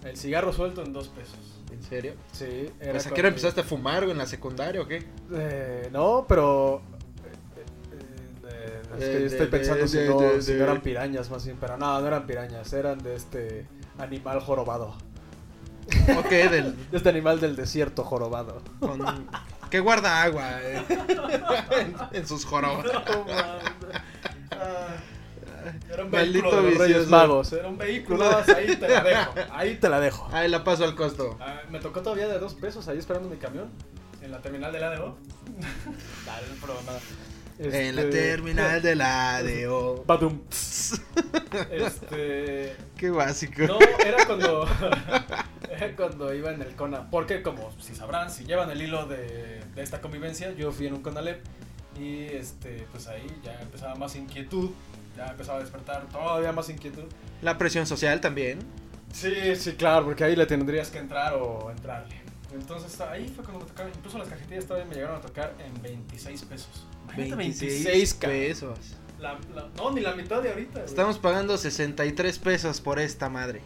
S1: el cigarro suelto en dos pesos.
S2: ¿En serio?
S3: Sí, era.
S2: ¿Pues a qué
S3: cuando-
S2: hora empezaste a fumar, güey? ¿En la secundaria
S3: (laughs)
S2: o qué?
S3: Eh, no, pero. eh, eh, eh, es que
S2: De-
S3: estoy
S2: de-
S3: pensando
S2: de-
S3: si,
S2: de-
S3: no,
S2: de-
S3: si no
S2: de-
S3: eran pirañas, más bien. Pero no, no eran pirañas, eran de este animal jorobado.
S2: Ok, del,
S3: De este animal del desierto jorobado.
S2: con- que guarda agua (laughs) eh, en, en sus jorobas.
S1: (laughs) Ah, era un vehículo
S2: Maldito
S1: de los
S2: vicioso.
S1: Reyes Magos, era un vehículo, nada más, ahí te la (laughs) dejo.
S3: Ahí te la dejo.
S2: Ahí la paso al costo.
S1: Ah, me tocó todavía de dos pesos ahí esperando mi camión en la terminal del ADO. (laughs) Dale, no probó nada.
S2: En la
S3: Este,
S1: (laughs)
S2: terminal de la ADO. (laughs)
S3: Badum.
S1: Este,
S2: Qué básico.
S1: no, era cuando (laughs) era cuando iba en el CONA, porque como si sabrán, si llevan el hilo de, de esta convivencia, yo fui en un CONALEP y este, pues ahí ya empezaba más inquietud, ya empezaba a despertar todavía más inquietud.
S2: La presión social también.
S1: Sí,
S3: Sí, claro, porque ahí le tendrías.
S1: tendrías que entrar o entrarle. Entonces ahí fue cuando me tocaron, incluso las cajetillas todavía me llegaron a tocar en 26 pesos. Imagínate 26, cabrón.
S2: pesos.
S1: La- la- no, ni la mitad de ahorita. güey.
S2: Estamos pagando 63 pesos por esta madre.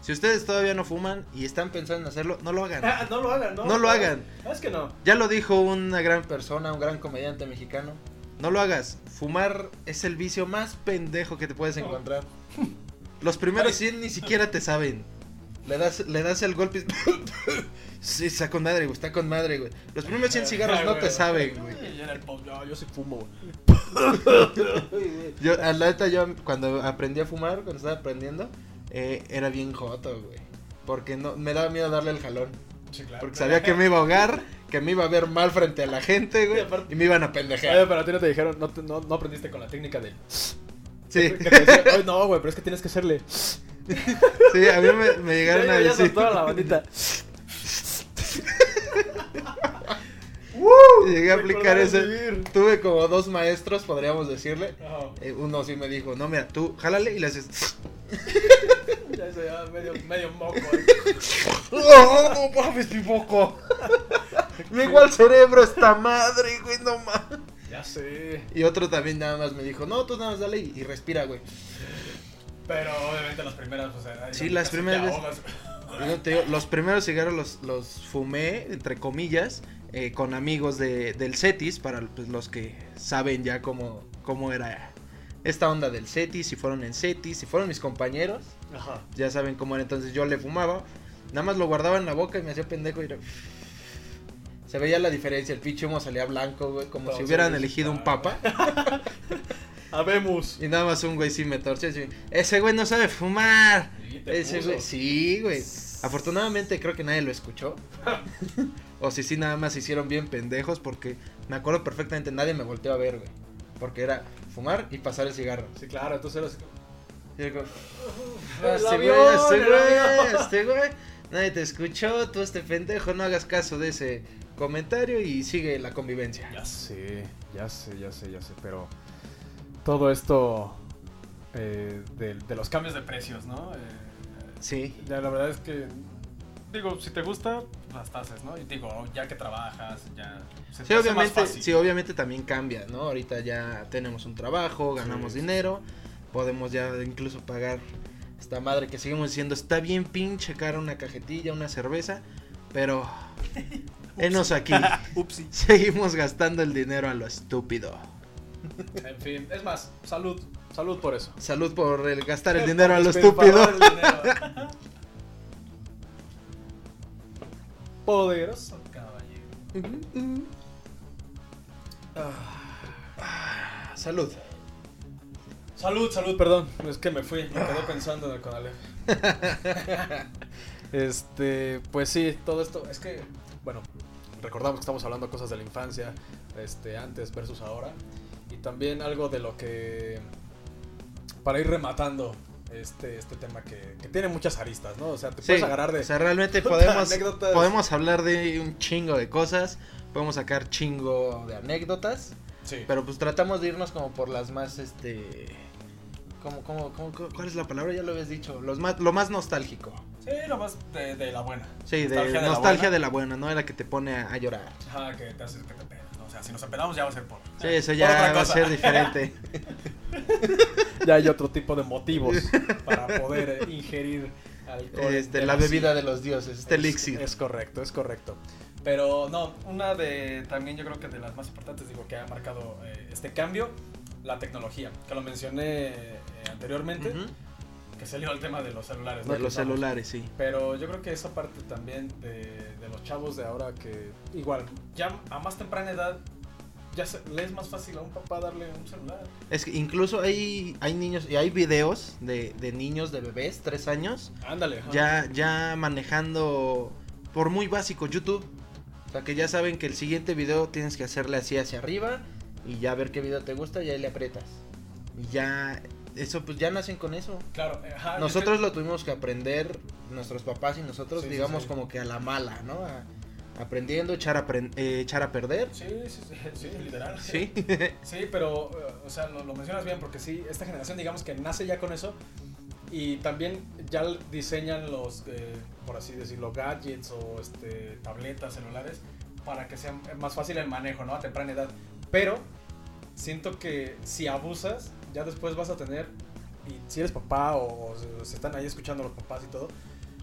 S2: Si ustedes todavía no fuman y están pensando en hacerlo, no lo
S1: (laughs)
S2: hagan.
S1: Ah, no lo hagan, no.
S2: No lo hagan.
S1: Es que no.
S2: Ya lo dijo una gran persona, un gran comediante mexicano. No lo hagas. Fumar es el vicio más pendejo que te puedes encontrar. Los primeros 100 ni siquiera te saben. Le das, le das el golpe. y- (laughs) sí, está con madre, güey. Está con madre, güey. Los primeros 100 cigarros
S1: Ah,
S2: no
S1: güey,
S2: te
S1: güey.
S2: saben, güey.
S1: Ay, era el pop, yo- yo sí fumo,
S2: (laughs)
S1: güey.
S2: Yo, a la neta, yo cuando aprendí a fumar, cuando estaba aprendiendo, eh, era bien joto, güey. Porque no, me daba miedo darle el jalón.
S1: Sí, claro.
S2: Porque sabía que me iba a ahogar, que me iba a ver mal frente a la gente,
S1: Y
S2: güey.
S1: aparte-
S2: Y me iban a
S3: Oye,
S2: pendejear.
S3: pero a ti no te dijeron, no, te- no, no aprendiste con la técnica del.
S2: Sí,
S3: que te decían, "Ay, no, güey, pero es que tienes que hacerle.
S2: sí, a mí me, me (laughs) llegaron
S3: Ya, ya
S2: a decir.
S3: soltaba la
S2: (laughs)
S3: bandita.
S2: (laughs) Llegué a aplicar
S1: Recordar
S2: ese.
S1: vivir.
S2: Tuve como dos maestros, podríamos decirle.
S1: Ajá.
S2: Eh, uno sí me dijo, no, mira, tú jálale y le haces.
S1: Ya se llevaba medio, medio moco.
S3: eh.
S2: ¡Oh, no mames, mi foco! Me igual cerebro esta madre, güey, no mames.
S1: ya sé.
S2: Y otro también nada más me dijo, no, tú nada más dale y, y respira, güey.
S1: Pero obviamente las primeras, pues era.
S2: Sí, las
S1: casi te
S2: primeras veces.
S1: ahogas.
S2: Y no te digo, los primeros cigarros los, los fumé, entre comillas, eh, con amigos de, del CETIS, para pues, los que saben ya cómo, cómo era esta onda del CETIS, si fueron en CETIS, si fueron mis compañeros.
S3: Ajá.
S2: ya saben cómo era, entonces yo le fumaba, nada más lo guardaba en la boca y me hacía pendejo y era- se veía la diferencia, el pinche humo salía blanco, güey, como si
S1: Entonces,
S2: hubieran elegido un
S1: claro.
S2: papa
S3: Habemos.
S2: y nada más un güey sí me torció, así, ese güey no sabe fumar.
S1: Y te
S2: Ese
S1: puso.
S2: güey, sí, güey. Afortunadamente creo que nadie
S1: (laughs)
S2: lo escuchó. o si sí nada más se hicieron bien pendejos porque me acuerdo perfectamente, nadie me volteó a ver, güey. Porque era fumar y pasar el cigarro.
S3: Sí, claro, entonces eras.
S2: Y yo como,
S3: El
S2: "Ah, este
S3: avión,
S2: güey, este
S3: el
S2: güey, este güey. Nadie te escuchó, tú este pendejo, no hagas caso de ese comentario y sigue la convivencia.
S3: Ya sé, ya sé, ya sé, ya sé, pero. Todo esto. eh, de, de los
S1: Los
S3: cambios.
S1: cambios de precios, ¿no? Eh,
S2: Sí.
S1: Ya, la verdad es que, digo, si te gusta, las haces, ¿no? Y digo, ya que trabajas, ya. Se
S2: Sí,
S1: te hace más
S2: obviamente,
S1: fácil.
S2: sí, obviamente también cambia, ¿no? Ahorita ya tenemos un trabajo, ganamos
S1: Sí, sí.
S2: dinero, podemos ya incluso pagar esta madre que seguimos diciendo, está bien pinche cara una cajetilla, una cerveza, pero enos aquí,
S1: Upsi.
S2: seguimos gastando el dinero a lo estúpido.
S1: En fin, es más,
S3: Salud, salud por eso.
S2: Salud por el gastar el dinero a lo
S1: despilfarrar
S2: estúpido.
S1: el
S2: (laughs)
S1: dinero.
S3: Poderos.
S1: Caballero.
S2: Salud.
S1: Salud, salud, perdón. Es que me fui, me quedé pensando en el Conalep. (laughs) este, pues sí, todo esto. Es que, bueno, recordamos que estamos hablando cosas de la infancia, este, antes versus ahora. Y también algo de lo que. Para ir rematando este, este tema que, que tiene muchas aristas, ¿no? O sea, te
S2: Sí,
S1: puedes agarrar de.
S2: O
S1: (laughs)
S2: sea, realmente
S1: Puta,
S2: podemos,
S1: anécdotas.
S2: podemos hablar de un chingo de cosas. Podemos sacar chingo de anécdotas.
S1: sí.
S2: Pero pues tratamos de irnos como por las más, este... ¿Cómo, cómo, cómo, cómo- cuál es la palabra? Ya lo habías dicho. Los más, lo más nostálgico.
S1: Sí, lo más de, de la buena.
S2: Sí, de
S1: Nostalgia de la
S2: nostalgia
S1: buena.
S2: de la buena, ¿no? Era que te pone a, a llorar.
S1: Ajá, que te haces que te pedas. ¿no? O sea, si nos empedamos ya va a ser por.
S2: Sí, eso
S1: Ah, por
S2: ya
S1: otra
S2: va a
S1: cosa. (laughs)
S2: ser diferente.
S1: Ya hay otro tipo de motivos para poder eh, ingerir alcohol.
S2: Este,
S1: de
S2: la
S1: sí.
S2: bebida de los dioses, este
S1: Es-
S2: elixir.
S1: Es correcto, es correcto. Pero no, una de también yo creo que de las más importantes, digo, que ha marcado eh, este cambio, la tecnología, que lo mencioné eh, anteriormente,
S2: Ujú.
S1: que salió el tema de los celulares. ¿no?
S2: De
S1: Que
S2: los
S1: estamos-
S2: celulares, sí.
S1: Pero yo creo que esa parte también de, de los chavos de ahora que igual, ya a más temprana edad, ya se- le es más fácil a un papá darle un celular.
S2: Es que incluso hay, hay niños y hay videos de, de niños, de bebés, tres años,
S1: Ándale. ajá.
S2: ya, ya manejando por muy básico YouTube. O sea que ya saben que el siguiente video tienes que hacerle así hacia arriba y ya ver qué video te gusta y ahí le aprietas. Y ya, eso pues ya nacen con eso.
S1: Claro. eh, ajá,
S2: Nosotros lo tuvimos que aprender, nuestros papás y nosotros,
S1: Sí, sí,
S2: digamos
S1: sí.
S2: como que a la mala, ¿no? A- aprendiendo, echar a, pren- eh, echar a perder.
S1: Sí, sí, sí, sí, literal.
S2: Sí. (laughs)
S1: Sí, pero, eh, o sea, lo, lo mencionas bien porque sí, esta generación, digamos que nace ya con eso y también ya l- diseñan los, eh, por así decirlo, gadgets o este, tabletas, celulares para que sea m- más fácil el manejo, ¿no? A temprana edad. Pero siento que si abusas, ya después vas a tener, y si eres papá o, o se- se están ahí escuchando los papás y todo,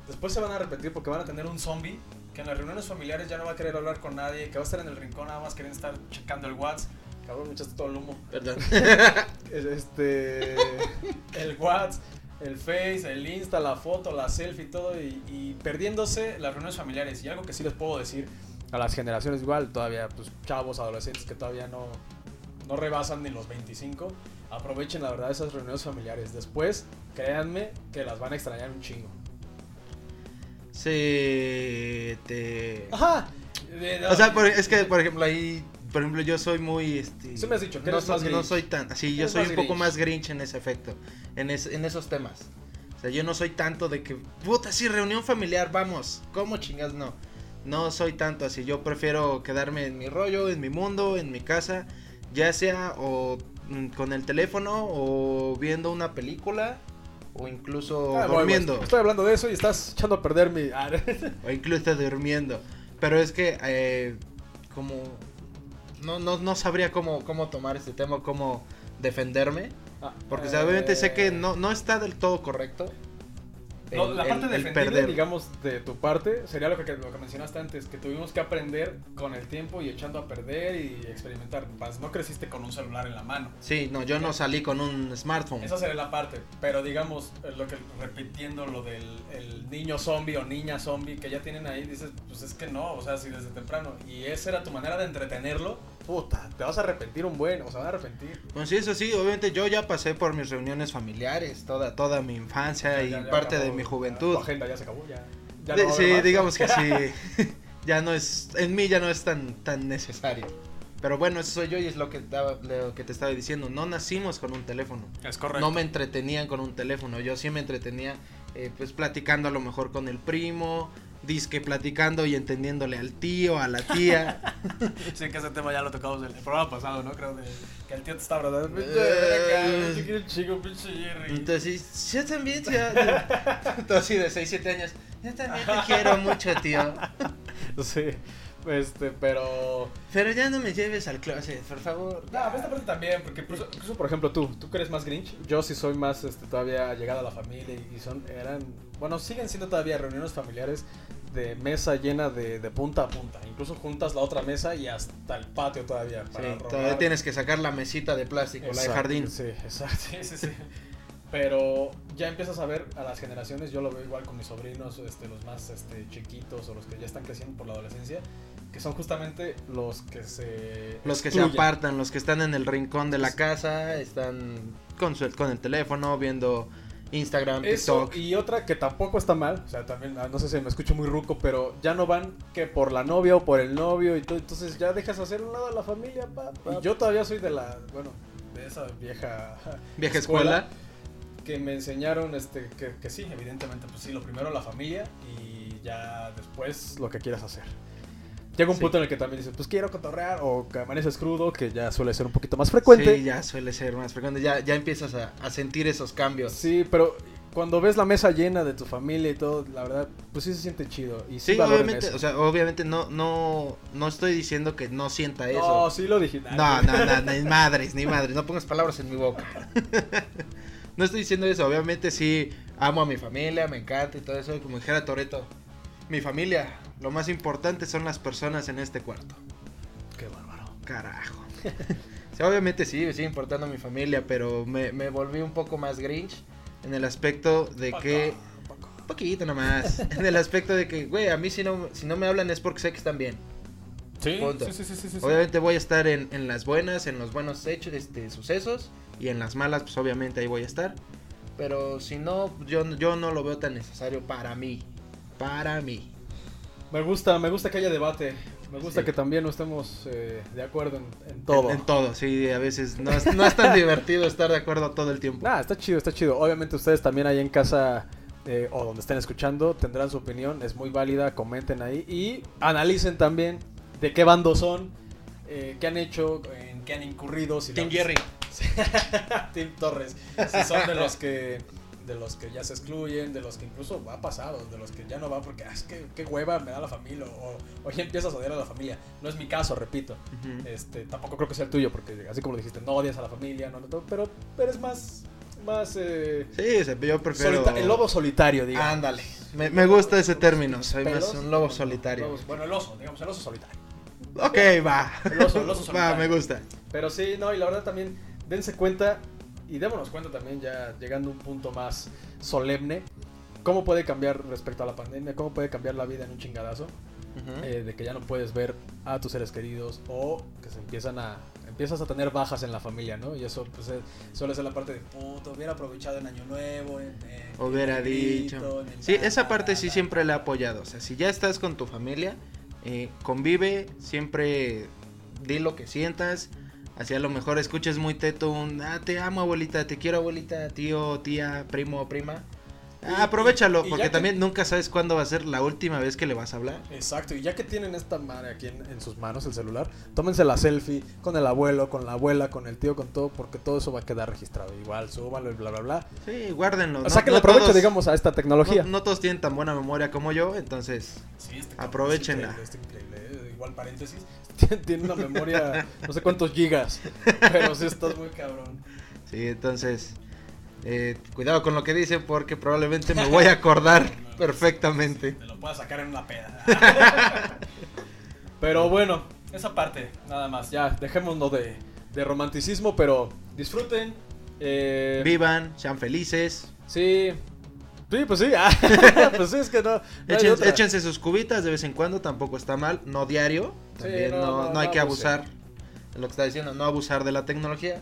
S1: después se van a repetir porque van a tener un zombie que en las reuniones familiares ya no va a querer hablar con nadie, que va a estar en el rincón nada más queriendo estar checando el WhatsApp. Cabrón, me echaste todo el humo.
S2: Perdón.
S1: (laughs) Es- Este. el WhatsApp, el Face, el Insta, la foto, la selfie, todo. Y, y perdiéndose las reuniones familiares. Y algo que sí les puedo decir a las generaciones, igual, todavía, pues chavos, adolescentes que todavía no, no rebasan ni los 25. Aprovechen la verdad esas reuniones familiares. Después, créanme que las van a extrañar un chingo.
S2: Se te...
S1: Ajá.
S2: O sea, por- es que, por ejemplo, ahí, por ejemplo, yo soy muy, este...
S1: Sí me has dicho que
S2: no,
S1: eres
S2: so-
S1: más
S2: no
S1: grinch.
S2: soy tan... Sí, yo
S1: Eres
S2: soy
S1: más
S2: un poco
S1: grinch.
S2: más grinch en ese efecto, en, es- en esos temas. O sea, yo no soy tanto de que, puta, sí, reunión familiar, vamos, ¿cómo chingas no? No soy tanto así, yo prefiero quedarme en mi rollo, en mi mundo, en mi casa, ya sea o mm, con el teléfono o viendo una película o incluso
S1: Ah, voy, voy.
S2: durmiendo.
S1: Estoy hablando de eso y estás echando a perder mi. (laughs) Ah,
S2: O incluso durmiendo. Pero es que, eh, como. No, no, no sabría cómo, cómo tomar este tema, cómo defenderme. Porque o sea, obviamente sé que
S1: eh,
S2: no, no está del todo correcto.
S4: No, la parte defendible,
S2: perder.
S1: digamos, de tu parte, sería lo que, lo que mencionaste antes, que tuvimos que aprender con el tiempo y echando a perder y experimentar. Pues, no creciste con un celular en la mano.
S2: Sí, no, yo no salí con un smartphone.
S1: Esa sería la parte, pero digamos, eh, lo que repitiendo lo del el niño zombie o niña zombie que ya tienen ahí, dices, pues es que no, o sea, si desde temprano, y esa era tu manera de entretenerlo, puta, te vas a arrepentir un buen, o sea, van a arrepentir.
S2: Pues sí, eso sí, obviamente yo ya pasé por mis reuniones familiares, toda, toda mi infancia y
S1: Ya- ya
S2: parte de
S1: acabó,
S2: mi
S1: ya,
S2: juventud.
S1: tu agenda ya se acabó, ya. ya
S2: De-
S1: no va a haber
S2: sí,
S1: más.
S2: digamos que sí.
S1: (laughs)
S2: (laughs) ya no es. En mí ya no es tan, tan necesario. Pero bueno, eso soy yo y es lo que, estaba- lo que te estaba diciendo. No nacimos con un teléfono.
S4: Es correcto.
S2: No me entretenían con un teléfono. Yo sí me entretenía, eh, pues platicando a lo mejor con el primo. Disque platicando y entendiéndole al tío, a la
S1: (laughs)
S2: tía.
S4: Sí, que ese tema ya lo tocamos en el programa pasado, ¿no? Creo de- que el tío te está abrazando.
S1: Eh,
S4: "Vente, ven acá,
S2: Eh.
S4: yo quiero el chico, pinche Jerry".
S2: Entonces, sí, yo también, tío.
S1: (laughs)
S2: Tú así de 6, 7 años. Yo también te quiero mucho, tío.
S1: Sí, este, pero...
S2: Pero ya no me lleves al closet, por favor.
S1: No, pero esta parte también, porque incluso, incluso, por ejemplo tú, tú que eres más Grinch, yo sí soy más este, todavía llegada a la familia y- y son, eran, bueno, siguen siendo todavía reuniones familiares de mesa llena de, de punta a punta, incluso juntas la otra mesa y hasta el patio todavía.
S2: Sí,
S1: Para robar.
S2: todavía tienes que sacar la mesita de plástico, la de
S1: Exacto,
S2: jardín.
S1: (laughs) Sí, exacto.
S4: Sí, sí, sí.
S1: Pero ya empiezas a ver a las generaciones, yo lo veo igual con mis sobrinos, este, los más este, chiquitos o los que ya están creciendo por la adolescencia, que son justamente los que se...
S2: Los que se
S1: excluyen.
S2: apartan, los que están en el rincón de la casa, están con, su- con el teléfono, viendo Instagram,
S1: Eso,
S2: TikTok.
S1: y otra que tampoco está mal, o sea, también, ah, no sé si me escucho muy ruco, pero ya no van que por la novia o por el novio, y todo, entonces ya dejas hacer un lado a la familia, pa, pa. Y yo todavía soy de la, bueno, de esa vieja...
S2: Vieja escuela.
S1: que me enseñaron este que, que sí, evidentemente, pues sí, lo primero la familia y ya después lo que quieras hacer. Llega un
S2: Sí.
S1: punto en el que también dices, pues quiero cotorrear o que amaneces crudo, que ya suele ser un poquito más frecuente.
S2: Sí, ya suele ser más frecuente. Ya, ya empiezas a, a sentir esos cambios.
S1: Sí, pero cuando ves la mesa llena de tu familia y todo, la verdad, pues sí se siente chido. Y sí,
S2: Sí,
S1: valoran
S2: obviamente,
S1: eso.
S2: o sea, obviamente no, no, no estoy diciendo que no sienta eso.
S1: no, sí lo dije.
S2: No, no, no, ni madres, ni madres, no pongas palabras en mi boca. (laughs) No estoy diciendo eso, obviamente sí amo a mi familia, me encanta y todo eso, y como dijera Toreto, mi familia, lo más importante son las personas en este cuarto.
S1: Qué bárbaro.
S2: Carajo. (laughs) Sí, obviamente sí, me sigue importando mi familia, pero me, me volví un poco más grinch en el aspecto de que... Un
S5: (laughs)
S2: poquito nomás. En el aspecto de que, güey, a mí si no, si no me hablan es porque sé que están bien.
S5: Sí,
S2: Punto.
S5: sí, sí, sí, sí, sí.
S2: Obviamente voy a estar en, en las buenas, en los buenos hechos, este, sucesos y en las malas, pues obviamente ahí voy a estar. Pero si no, yo, yo no lo veo tan necesario para mí. Para mí.
S1: Me gusta, me gusta que haya debate. Me gusta
S2: Sí.
S1: que también no estemos eh, de acuerdo en, en todo.
S2: En, en todo, sí, a veces no es, no es tan (laughs) divertido estar de acuerdo todo el tiempo.
S1: Nah, está chido, está chido. Obviamente ustedes también ahí en casa eh, o donde estén escuchando tendrán su opinión, es muy válida, comenten ahí y analicen también de qué bando son, eh, qué han hecho, en qué han incurrido. Si la- (laughs) Tim Torres. Si son de los que de los que ya se excluyen, de los que incluso va pasado, de los que ya no va porque "Ah, es que qué hueva me da la familia o oye empiezas a odiar a la familia. No es mi caso, repito.
S2: Ujú.
S1: Este, tampoco creo que sea el tuyo, porque así como lo dijiste, no odias a la familia, no, no, no, pero eres más, más eh,
S2: Sí, o sea, yo prefiero...
S1: solita- el lobo solitario, Ah, digamos.
S2: Ándale. Me, me gusta ese término, soy
S1: Pelos,
S2: más un lobo
S1: bueno,
S2: solitario.
S1: lobos- bueno, el oso, digamos, el oso solitario.
S2: Ok, va.
S1: El oso, el oso solitario.
S2: (laughs) Va, me gusta.
S1: Pero sí, no, y la verdad también, dense cuenta, y démonos cuenta también ya llegando a un punto más solemne, cómo puede cambiar respecto a la pandemia, cómo puede cambiar la vida en un chingadazo.
S2: Ujú.
S1: eh, de que ya no puedes ver a tus seres queridos o que se empiezan a empiezas a tener bajas en la familia, ¿no? Y eso pues es- suele ser la parte de puto, hubiera aprovechado en año nuevo, en, en-
S2: Hubiera
S1: en el grito,
S2: dicho.
S1: Eh, en el
S2: Sí,
S1: ta,
S2: esa
S1: ta,
S2: parte
S1: ta,
S2: sí
S1: ta".
S2: siempre la he apoyado. O sea, si ya estás con tu familia, eh, convive, siempre di lo que sientas. Así a lo mejor escuches muy teto un, ah, te amo abuelita, te quiero abuelita, tío, tía, primo, prima. Ah,
S1: Y-
S2: aprovechalo,
S1: y- y ya
S2: porque
S1: que-
S2: también nunca sabes cuándo va a ser la última vez que le vas a hablar.
S1: Exacto, y ya que tienen esta madre aquí en, en sus manos, el celular, tómense la selfie con el abuelo, con la abuela, con el tío, con todo, porque todo eso va a quedar registrado. Igual, súbanlo y bla, bla, bla.
S2: Sí, guárdenlo.
S1: o sea, que le aprovecho, digamos, a esta tecnología.
S2: no, no todos tienen tan buena memoria como yo, entonces
S5: Sí, este
S2: aprovechenla.
S1: Es increíble, es increíble, eh, Igual paréntesis, (laughs) tiene una memoria, no sé cuántos gigas, pero sí estás muy cabrón.
S2: Sí, entonces, eh, cuidado con lo que dicen porque probablemente me voy
S1: (laughs)
S2: a acordar perfectamente.
S5: Te lo puedes sacar en una
S2: (laughs)
S5: peda.
S1: Pero bueno,
S5: Esa parte, nada más.
S1: ya, dejémonos de, de romanticismo, pero disfruten. eh,
S2: Vivan, sean felices,
S1: sí, sí, pues sí, (laughs) ah, pues sí, es que no. no hay
S2: echen-
S1: otra.
S2: échense sus cubitas de vez en cuando, tampoco está mal, no diario,
S1: Sí,
S2: también
S1: no,
S2: no,
S1: no,
S2: no hay
S1: no
S2: que
S1: abusen.
S2: abusar, lo que está diciendo, no abusar de la tecnología,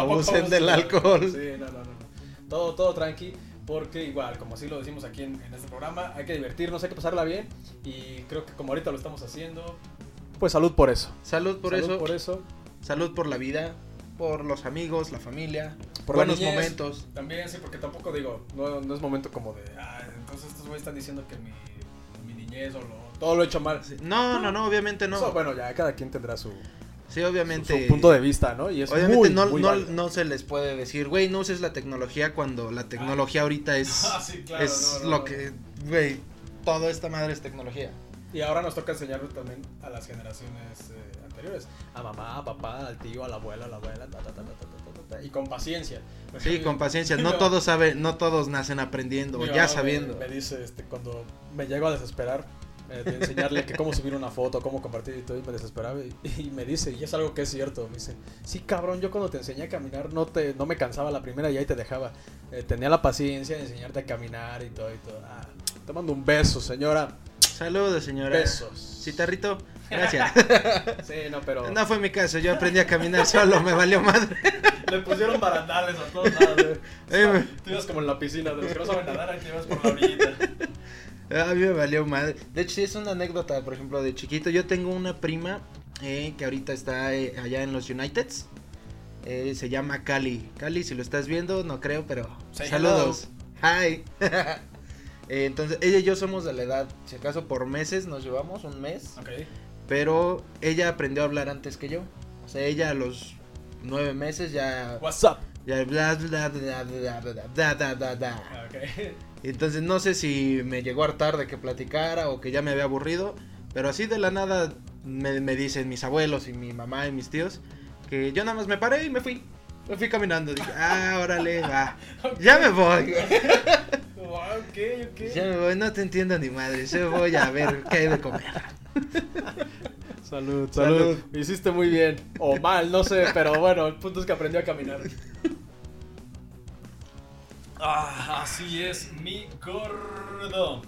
S1: Tampoco
S2: abusen del
S1: abusen.
S2: alcohol.
S1: Sí, no, no, no, no. Todo, todo tranqui, porque igual, como así lo decimos aquí en, en este programa, hay que divertirnos, hay que pasarla bien. Y creo que como ahorita lo estamos haciendo, pues salud por eso.
S2: Salud por
S1: Salud
S2: eso,
S1: Por eso.
S2: salud por la vida, por los amigos, la familia,
S1: Por
S2: por
S1: la
S2: buenos
S1: niñez.
S2: momentos.
S1: También, sí, porque tampoco digo, no, no es momento como de, ah, entonces estos güeyes están diciendo que mi, mi niñez o lo- todo lo he hecho mal.
S2: No, no, no, obviamente no.
S1: Eso, bueno, ya cada quien tendrá su,
S2: Sí, obviamente.
S1: su punto de vista, ¿no? Y es
S2: Obviamente
S1: muy,
S2: no,
S1: muy
S2: no,
S1: válido.
S2: no se les puede decir, güey, no uses la tecnología cuando la tecnología ahorita es,
S5: (laughs) Ah, sí, claro,
S2: es
S5: no, no,
S2: lo
S5: no.
S2: que, güey, toda esta madre es tecnología.
S1: Y ahora nos toca enseñarlo también a las generaciones eh, anteriores. A mamá, a papá, al tío, a la abuela, a la abuela, ta, ta, ta, ta, ta, ta, ta, ta. y con paciencia.
S2: Sí, con paciencia, no
S5: (laughs)
S1: Digo,
S2: todos saben, no todos nacen aprendiendo,
S1: mi
S2: o
S1: mamá
S2: ya
S1: me-
S2: sabiendo.
S1: Me, dice, este, cuando me llego a desesperar,
S3: eh, de enseñarle que cómo subir una foto, cómo compartir y todo, y me desesperaba. Y, y me dice, y es algo que es cierto, me dice, sí, cabrón, yo cuando te enseñé a caminar no, te, no me cansaba la primera y ahí te dejaba. Eh, tenía la paciencia de enseñarte a caminar y todo, y todo. Ah, te mando un beso, señora.
S2: Saludos, señora.
S3: Besos.
S5: (laughs)
S2: Citarrito, gracias.
S3: Sí, no, pero...
S2: No fue mi caso, yo aprendí a caminar solo, me valió madre.
S5: (laughs)
S1: Le pusieron barandales a todos lados, güey.
S2: Ay, me-
S3: Tú ibas como en la piscina,
S1: Los que no saben nadar, ahí te vas por la orillita.
S2: Ah, A mí me valió madre. De hecho, sí es una anécdota, por ejemplo, de chiquito. Yo tengo una prima eh, que ahorita está eh, allá en los Uniteds. Eh, se llama Cali. Cali, si lo estás viendo, no creo, pero
S1: Say
S2: saludos. Hi. (laughs) Eh, entonces, ella y yo somos de la edad, si acaso por meses nos llevamos, un mes.
S1: Ok.
S2: Pero ella aprendió a hablar antes que yo. O sea, ella a los nueve meses ya...
S3: What's up?
S2: ya bla, bla, bla, bla, bla, bla, bla, bla, bla.
S1: Ah, ok.
S2: Entonces no sé si me llegó a hartar de que platicara o que ya me había aburrido, pero así de la nada me, me dicen mis abuelos y mi mamá y mis tíos que yo nada más me paré y me fui. Me fui caminando, dije, ah, órale, va. Ya me voy.
S1: Ah, ok, ok.
S2: Ya me voy, no te entiendo ni madre, yo voy a ver qué hay de comer.
S3: Salud,
S2: salud.
S3: salud, Hiciste muy bien. O mal, no sé, pero bueno, el punto es que aprendió a caminar.
S1: Ah, así es, mi gordo.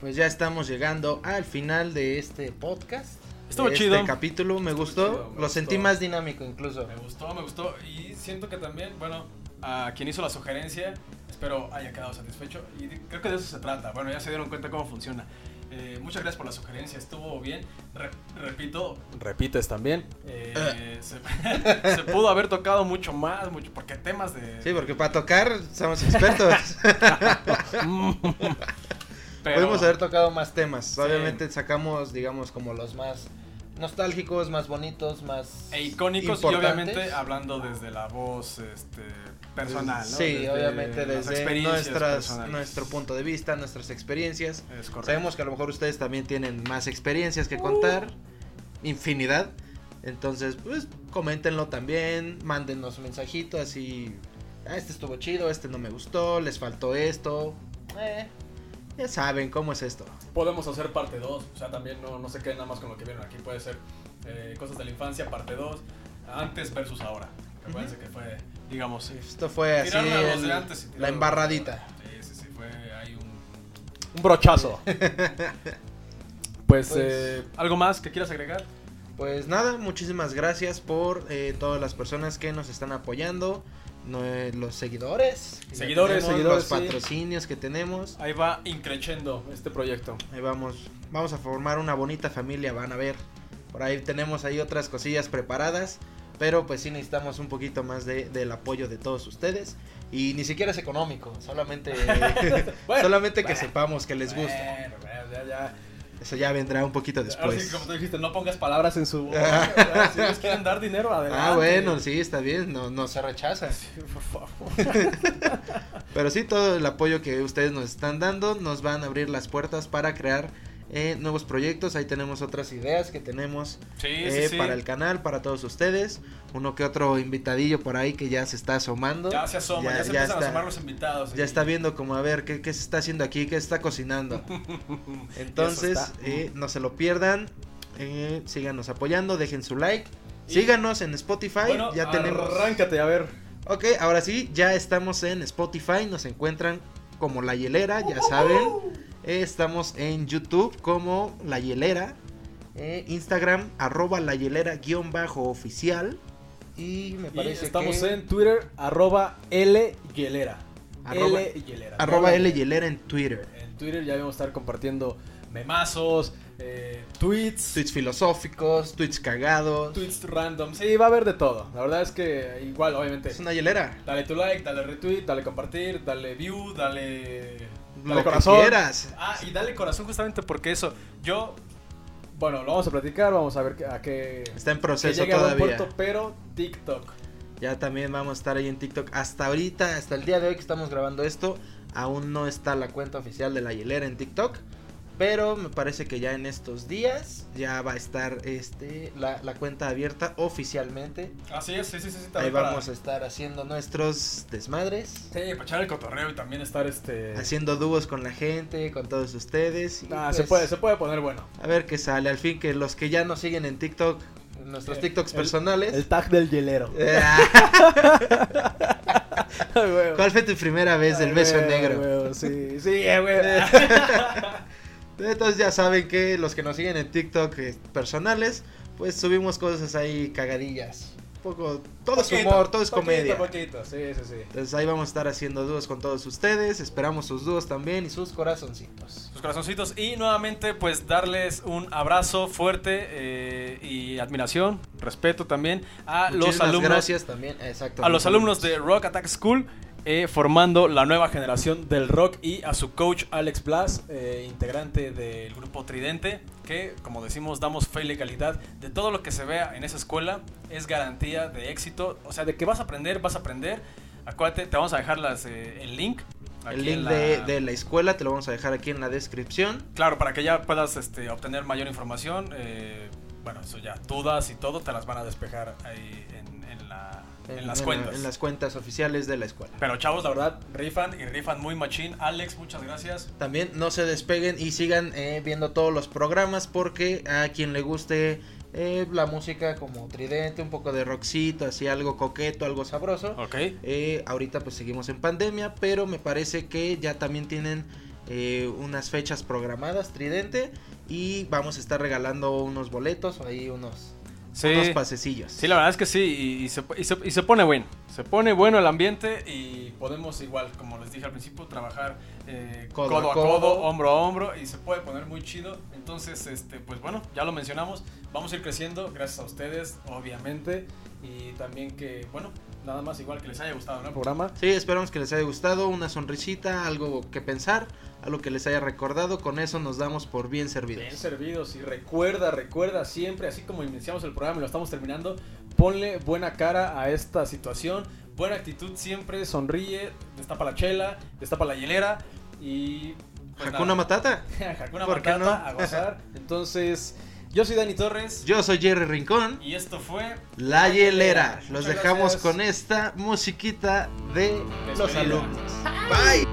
S2: Pues ya estamos llegando al final de este podcast.
S1: Estuvo
S2: de este
S1: chido.
S2: capítulo me
S3: Estuvo
S2: gustó,
S3: chido, me
S2: lo sentí
S3: gustó.
S2: más dinámico incluso.
S1: Me gustó, me gustó. Y siento que también, bueno, a quien hizo la sugerencia, espero haya quedado satisfecho. Y de- creo que de eso se trata. Bueno, ya se dieron cuenta cómo funciona. Eh, muchas gracias por la sugerencia, estuvo bien. Re- repito,
S3: Repites también.
S1: eh, se, (laughs) se pudo haber tocado mucho más, mucho, porque temas de...
S2: Sí,
S1: (laughs)
S2: porque para tocar somos expertos.
S1: Mm. pero-
S2: Podemos haber tocado más temas.
S1: Sí.
S2: Obviamente sacamos, digamos, como los más nostálgicos, más bonitos, más
S1: e icónicos y
S2: importantes.
S1: obviamente hablando desde la voz este, personal, ¿no?
S2: Sí,
S1: Desde
S2: obviamente
S1: las
S2: desde
S1: experiencias
S2: nuestras,
S1: personales.
S2: nuestro punto de vista, nuestras experiencias.
S1: Es correcto.
S2: Sabemos que a lo mejor ustedes también tienen más experiencias que contar, infinidad. Entonces, pues coméntenlo también, mándenos un mensajito así, ah, este estuvo chido, este no me gustó, les faltó esto. Eh, ya saben cómo es esto.
S3: Podemos hacer parte 2. O sea, también no, no se queden nada más con lo que vieron aquí. Puede ser
S1: eh, cosas de la infancia, parte 2, antes versus ahora. Acuérdense que fue, digamos,
S2: Esto fue así,
S1: tiraron a los de
S2: el-
S1: antes y tiraron
S2: la
S1: a los de
S2: embarradita.
S1: ahora. Sí, sí, sí, fue ahí un...
S3: un brochazo.
S1: (laughs)
S3: Pues,
S2: Pues,
S3: eh,
S1: ¿Algo más que quieras agregar?
S2: Pues nada, muchísimas gracias por eh, todas las personas que nos están apoyando, no, eh, los seguidores, que ya
S1: Seguidores,
S2: tenemos,
S3: seguidores,
S2: los
S3: sí.
S2: patrocinios que tenemos.
S1: Ahí va increchendo.
S3: este proyecto.
S2: Ahí vamos, vamos a formar una bonita familia, van a ver. Por ahí tenemos ahí otras cosillas preparadas, pero pues sí necesitamos un poquito más de- del apoyo de todos ustedes y ni siquiera es económico,
S1: (laughs)
S2: solamente solamente que sepamos que les gusta.
S3: Bueno, bueno, ya, ya.
S2: Eso ya vendrá un poquito
S1: Ahora
S2: después.
S1: sí, como tú dijiste, no pongas palabras en su boca. ¿verdad? si ellos quieren dar dinero, adelante.
S2: Ah, bueno, sí, está bien, no, no se rechaza.
S1: Sí, por favor.
S2: Pero sí, todo el apoyo que ustedes nos están dando nos van a abrir las puertas para crear eh, nuevos proyectos. Ahí tenemos otras ideas que tenemos
S1: Sí,
S2: eh,
S1: sí, sí.
S2: para el canal, para todos ustedes. Uno que otro invitadillo por ahí que ya se está asomando.
S1: Ya se asoma, ya, se empiezan
S2: está,
S1: a asomar los invitados.
S2: ya
S1: y-
S2: está viendo como a ver qué, qué se está haciendo aquí, qué se
S1: (laughs)
S2: está cocinando. Entonces,
S3: Eso está.
S2: eh, no se lo pierdan. eh, síganos apoyando, dejen su like.
S1: Y-
S2: Síganos en Spotify.
S1: Bueno,
S2: ya tenemos.
S3: Arráncate, a ver.
S2: Ok, ahora sí, ya estamos en Spotify, nos encuentran como La Hielera, ya saben. Eh, estamos en YouTube como La Hielera, eh, Instagram arroba La Hielera guión bajo oficial. Y me
S3: Y
S2: parece
S3: estamos
S2: que
S3: en Twitter, arroba L Hielera.
S2: Arroba-
S3: L Hielera.
S2: arroba
S3: Arroba
S2: L Hielera en Twitter.
S3: En Twitter ya vamos a estar compartiendo
S1: Memazos, eh,
S3: tweets,
S2: Tweets filosóficos, tweets cagados.
S3: tweets random. Sí, va a haber de todo. La verdad es que igual, obviamente.
S2: Es una hielera.
S3: Dale tu like, dale retweet, dale compartir, dale view, dale.
S2: Lo que
S3: corazón.
S2: quieras.
S1: Ah, y dale corazón justamente porque eso. Yo
S3: Bueno, lo vamos a platicar, vamos a ver qué- a qué.
S2: Está en
S3: que
S2: proceso
S3: llegue a buen
S2: todavía.
S3: puerto, pero TikTok.
S2: Ya también vamos a estar ahí en TikTok. Hasta ahorita, hasta el día de hoy que estamos grabando esto, aún no está la cuenta oficial de la hielera en TikTok. Pero me parece que ya en estos días ya va a estar este, la, la cuenta abierta oficialmente.
S1: Así es, sí, sí, sí. sí
S2: Ahí
S1: también para-
S2: vamos a estar haciendo nuestros desmadres.
S1: Sí, para echar el cotorreo y también estar este.
S2: Haciendo dúos con la gente, con todos ustedes. y
S3: Ah, se
S2: pues,
S3: puede, se puede poner bueno.
S2: A ver qué sale. Al fin que los que ya nos siguen en TikTok, nuestros
S3: Eh,
S2: TikToks
S3: el-
S2: personales. (laughs) Ah,
S3: El tag del hielero. Ay,
S1: (laughs)
S3: güey.
S2: ¿Cuál fue tu primera vez del beso
S3: Ay,
S1: Ah,
S3: güey,
S2: negro?
S3: güey, sí, sí, eh, güey.
S2: (laughs) Entonces ya saben que los que nos siguen en TikTok eh, personales, pues subimos cosas ahí cagadillas. Un poco, todo es
S3: Poquito,
S2: humor, todo es
S3: poquito,
S2: comedia.
S3: poquito, sí, sí, sí.
S2: Entonces ahí vamos a estar haciendo dúos con todos ustedes, esperamos sus dúos también y sus corazoncitos.
S1: Sus corazoncitos y nuevamente pues darles un abrazo fuerte eh, y admiración, respeto también a los
S2: Muchísimas
S1: alumnos
S2: gracias también, exacto.
S1: a los alumnos de Rock Attack School eh, formando la nueva generación del rock y a su coach Alex Blas, eh, integrante del grupo Tridente, que como decimos damos fe y legalidad de todo lo que se vea en esa escuela es garantía de éxito, o sea, de que vas a aprender, vas a aprender. Acuérdate, te vamos a dejar las, eh, el link. aquí
S2: El link
S1: en la-
S2: de, de la escuela te lo vamos a dejar aquí en la descripción.
S1: Claro, para que ya puedas este, obtener mayor información, eh, bueno, eso ya, dudas y todo te las van a despejar ahí en, en la- en las cuentas.
S2: en las cuentas oficiales de la escuela.
S1: Pero chavos, la verdad, rifan y rifan muy machín. Alex, muchas gracias.
S2: También no se despeguen y sigan eh, viendo todos los programas porque a quien le guste eh, la música como tridente, un poco de rockcito, así algo coqueto, algo sabroso.
S1: Ok.
S2: eh, ahorita pues seguimos en pandemia, pero me parece que ya también tienen eh, unas fechas programadas tridente y vamos a estar regalando unos boletos o ahí unos, unos
S1: Sí.
S2: pasecillos.
S1: Sí, la verdad es que sí, y, y se, y se- y se pone bueno. Se pone bueno el ambiente y podemos igual, como les dije al principio, trabajar eh, codo, a codo, hombro a hombro y se puede poner muy chido. Entonces, este, pues bueno, ya lo mencionamos. Vamos a ir creciendo gracias a ustedes, obviamente. Y también que, bueno, nada más igual que les haya gustado ¿no? el programa.
S2: Sí, esperamos que les haya gustado, una sonrisita, algo que pensar, algo que les haya recordado, con eso nos damos por bien servidos.
S3: Bien servidos y recuerda, recuerda siempre, así como iniciamos el programa y lo estamos terminando, ponle buena cara a esta situación, buena actitud siempre, sonríe, destapa la chela, destapa la hielera y... pues
S2: Hakuna
S1: nada.
S2: Matata.
S3: (laughs)
S1: Hakuna
S2: ¿Por qué
S1: Matata,
S2: no?
S1: a gozar. Entonces, yo soy Dani Torres
S2: Yo soy Jerry Rincón,
S1: y esto fue
S2: La Hielera. Los
S1: Muchas
S2: dejamos
S1: gracias.
S2: con esta musiquita de los
S1: Despedida.
S2: alumnos. Bye.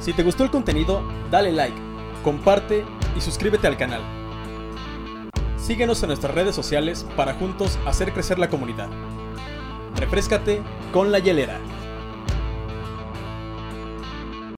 S3: Si te gustó el contenido, dale like, comparte y suscríbete al canal. Síguenos en nuestras redes sociales para juntos hacer crecer la comunidad. Refrescate con la hielera.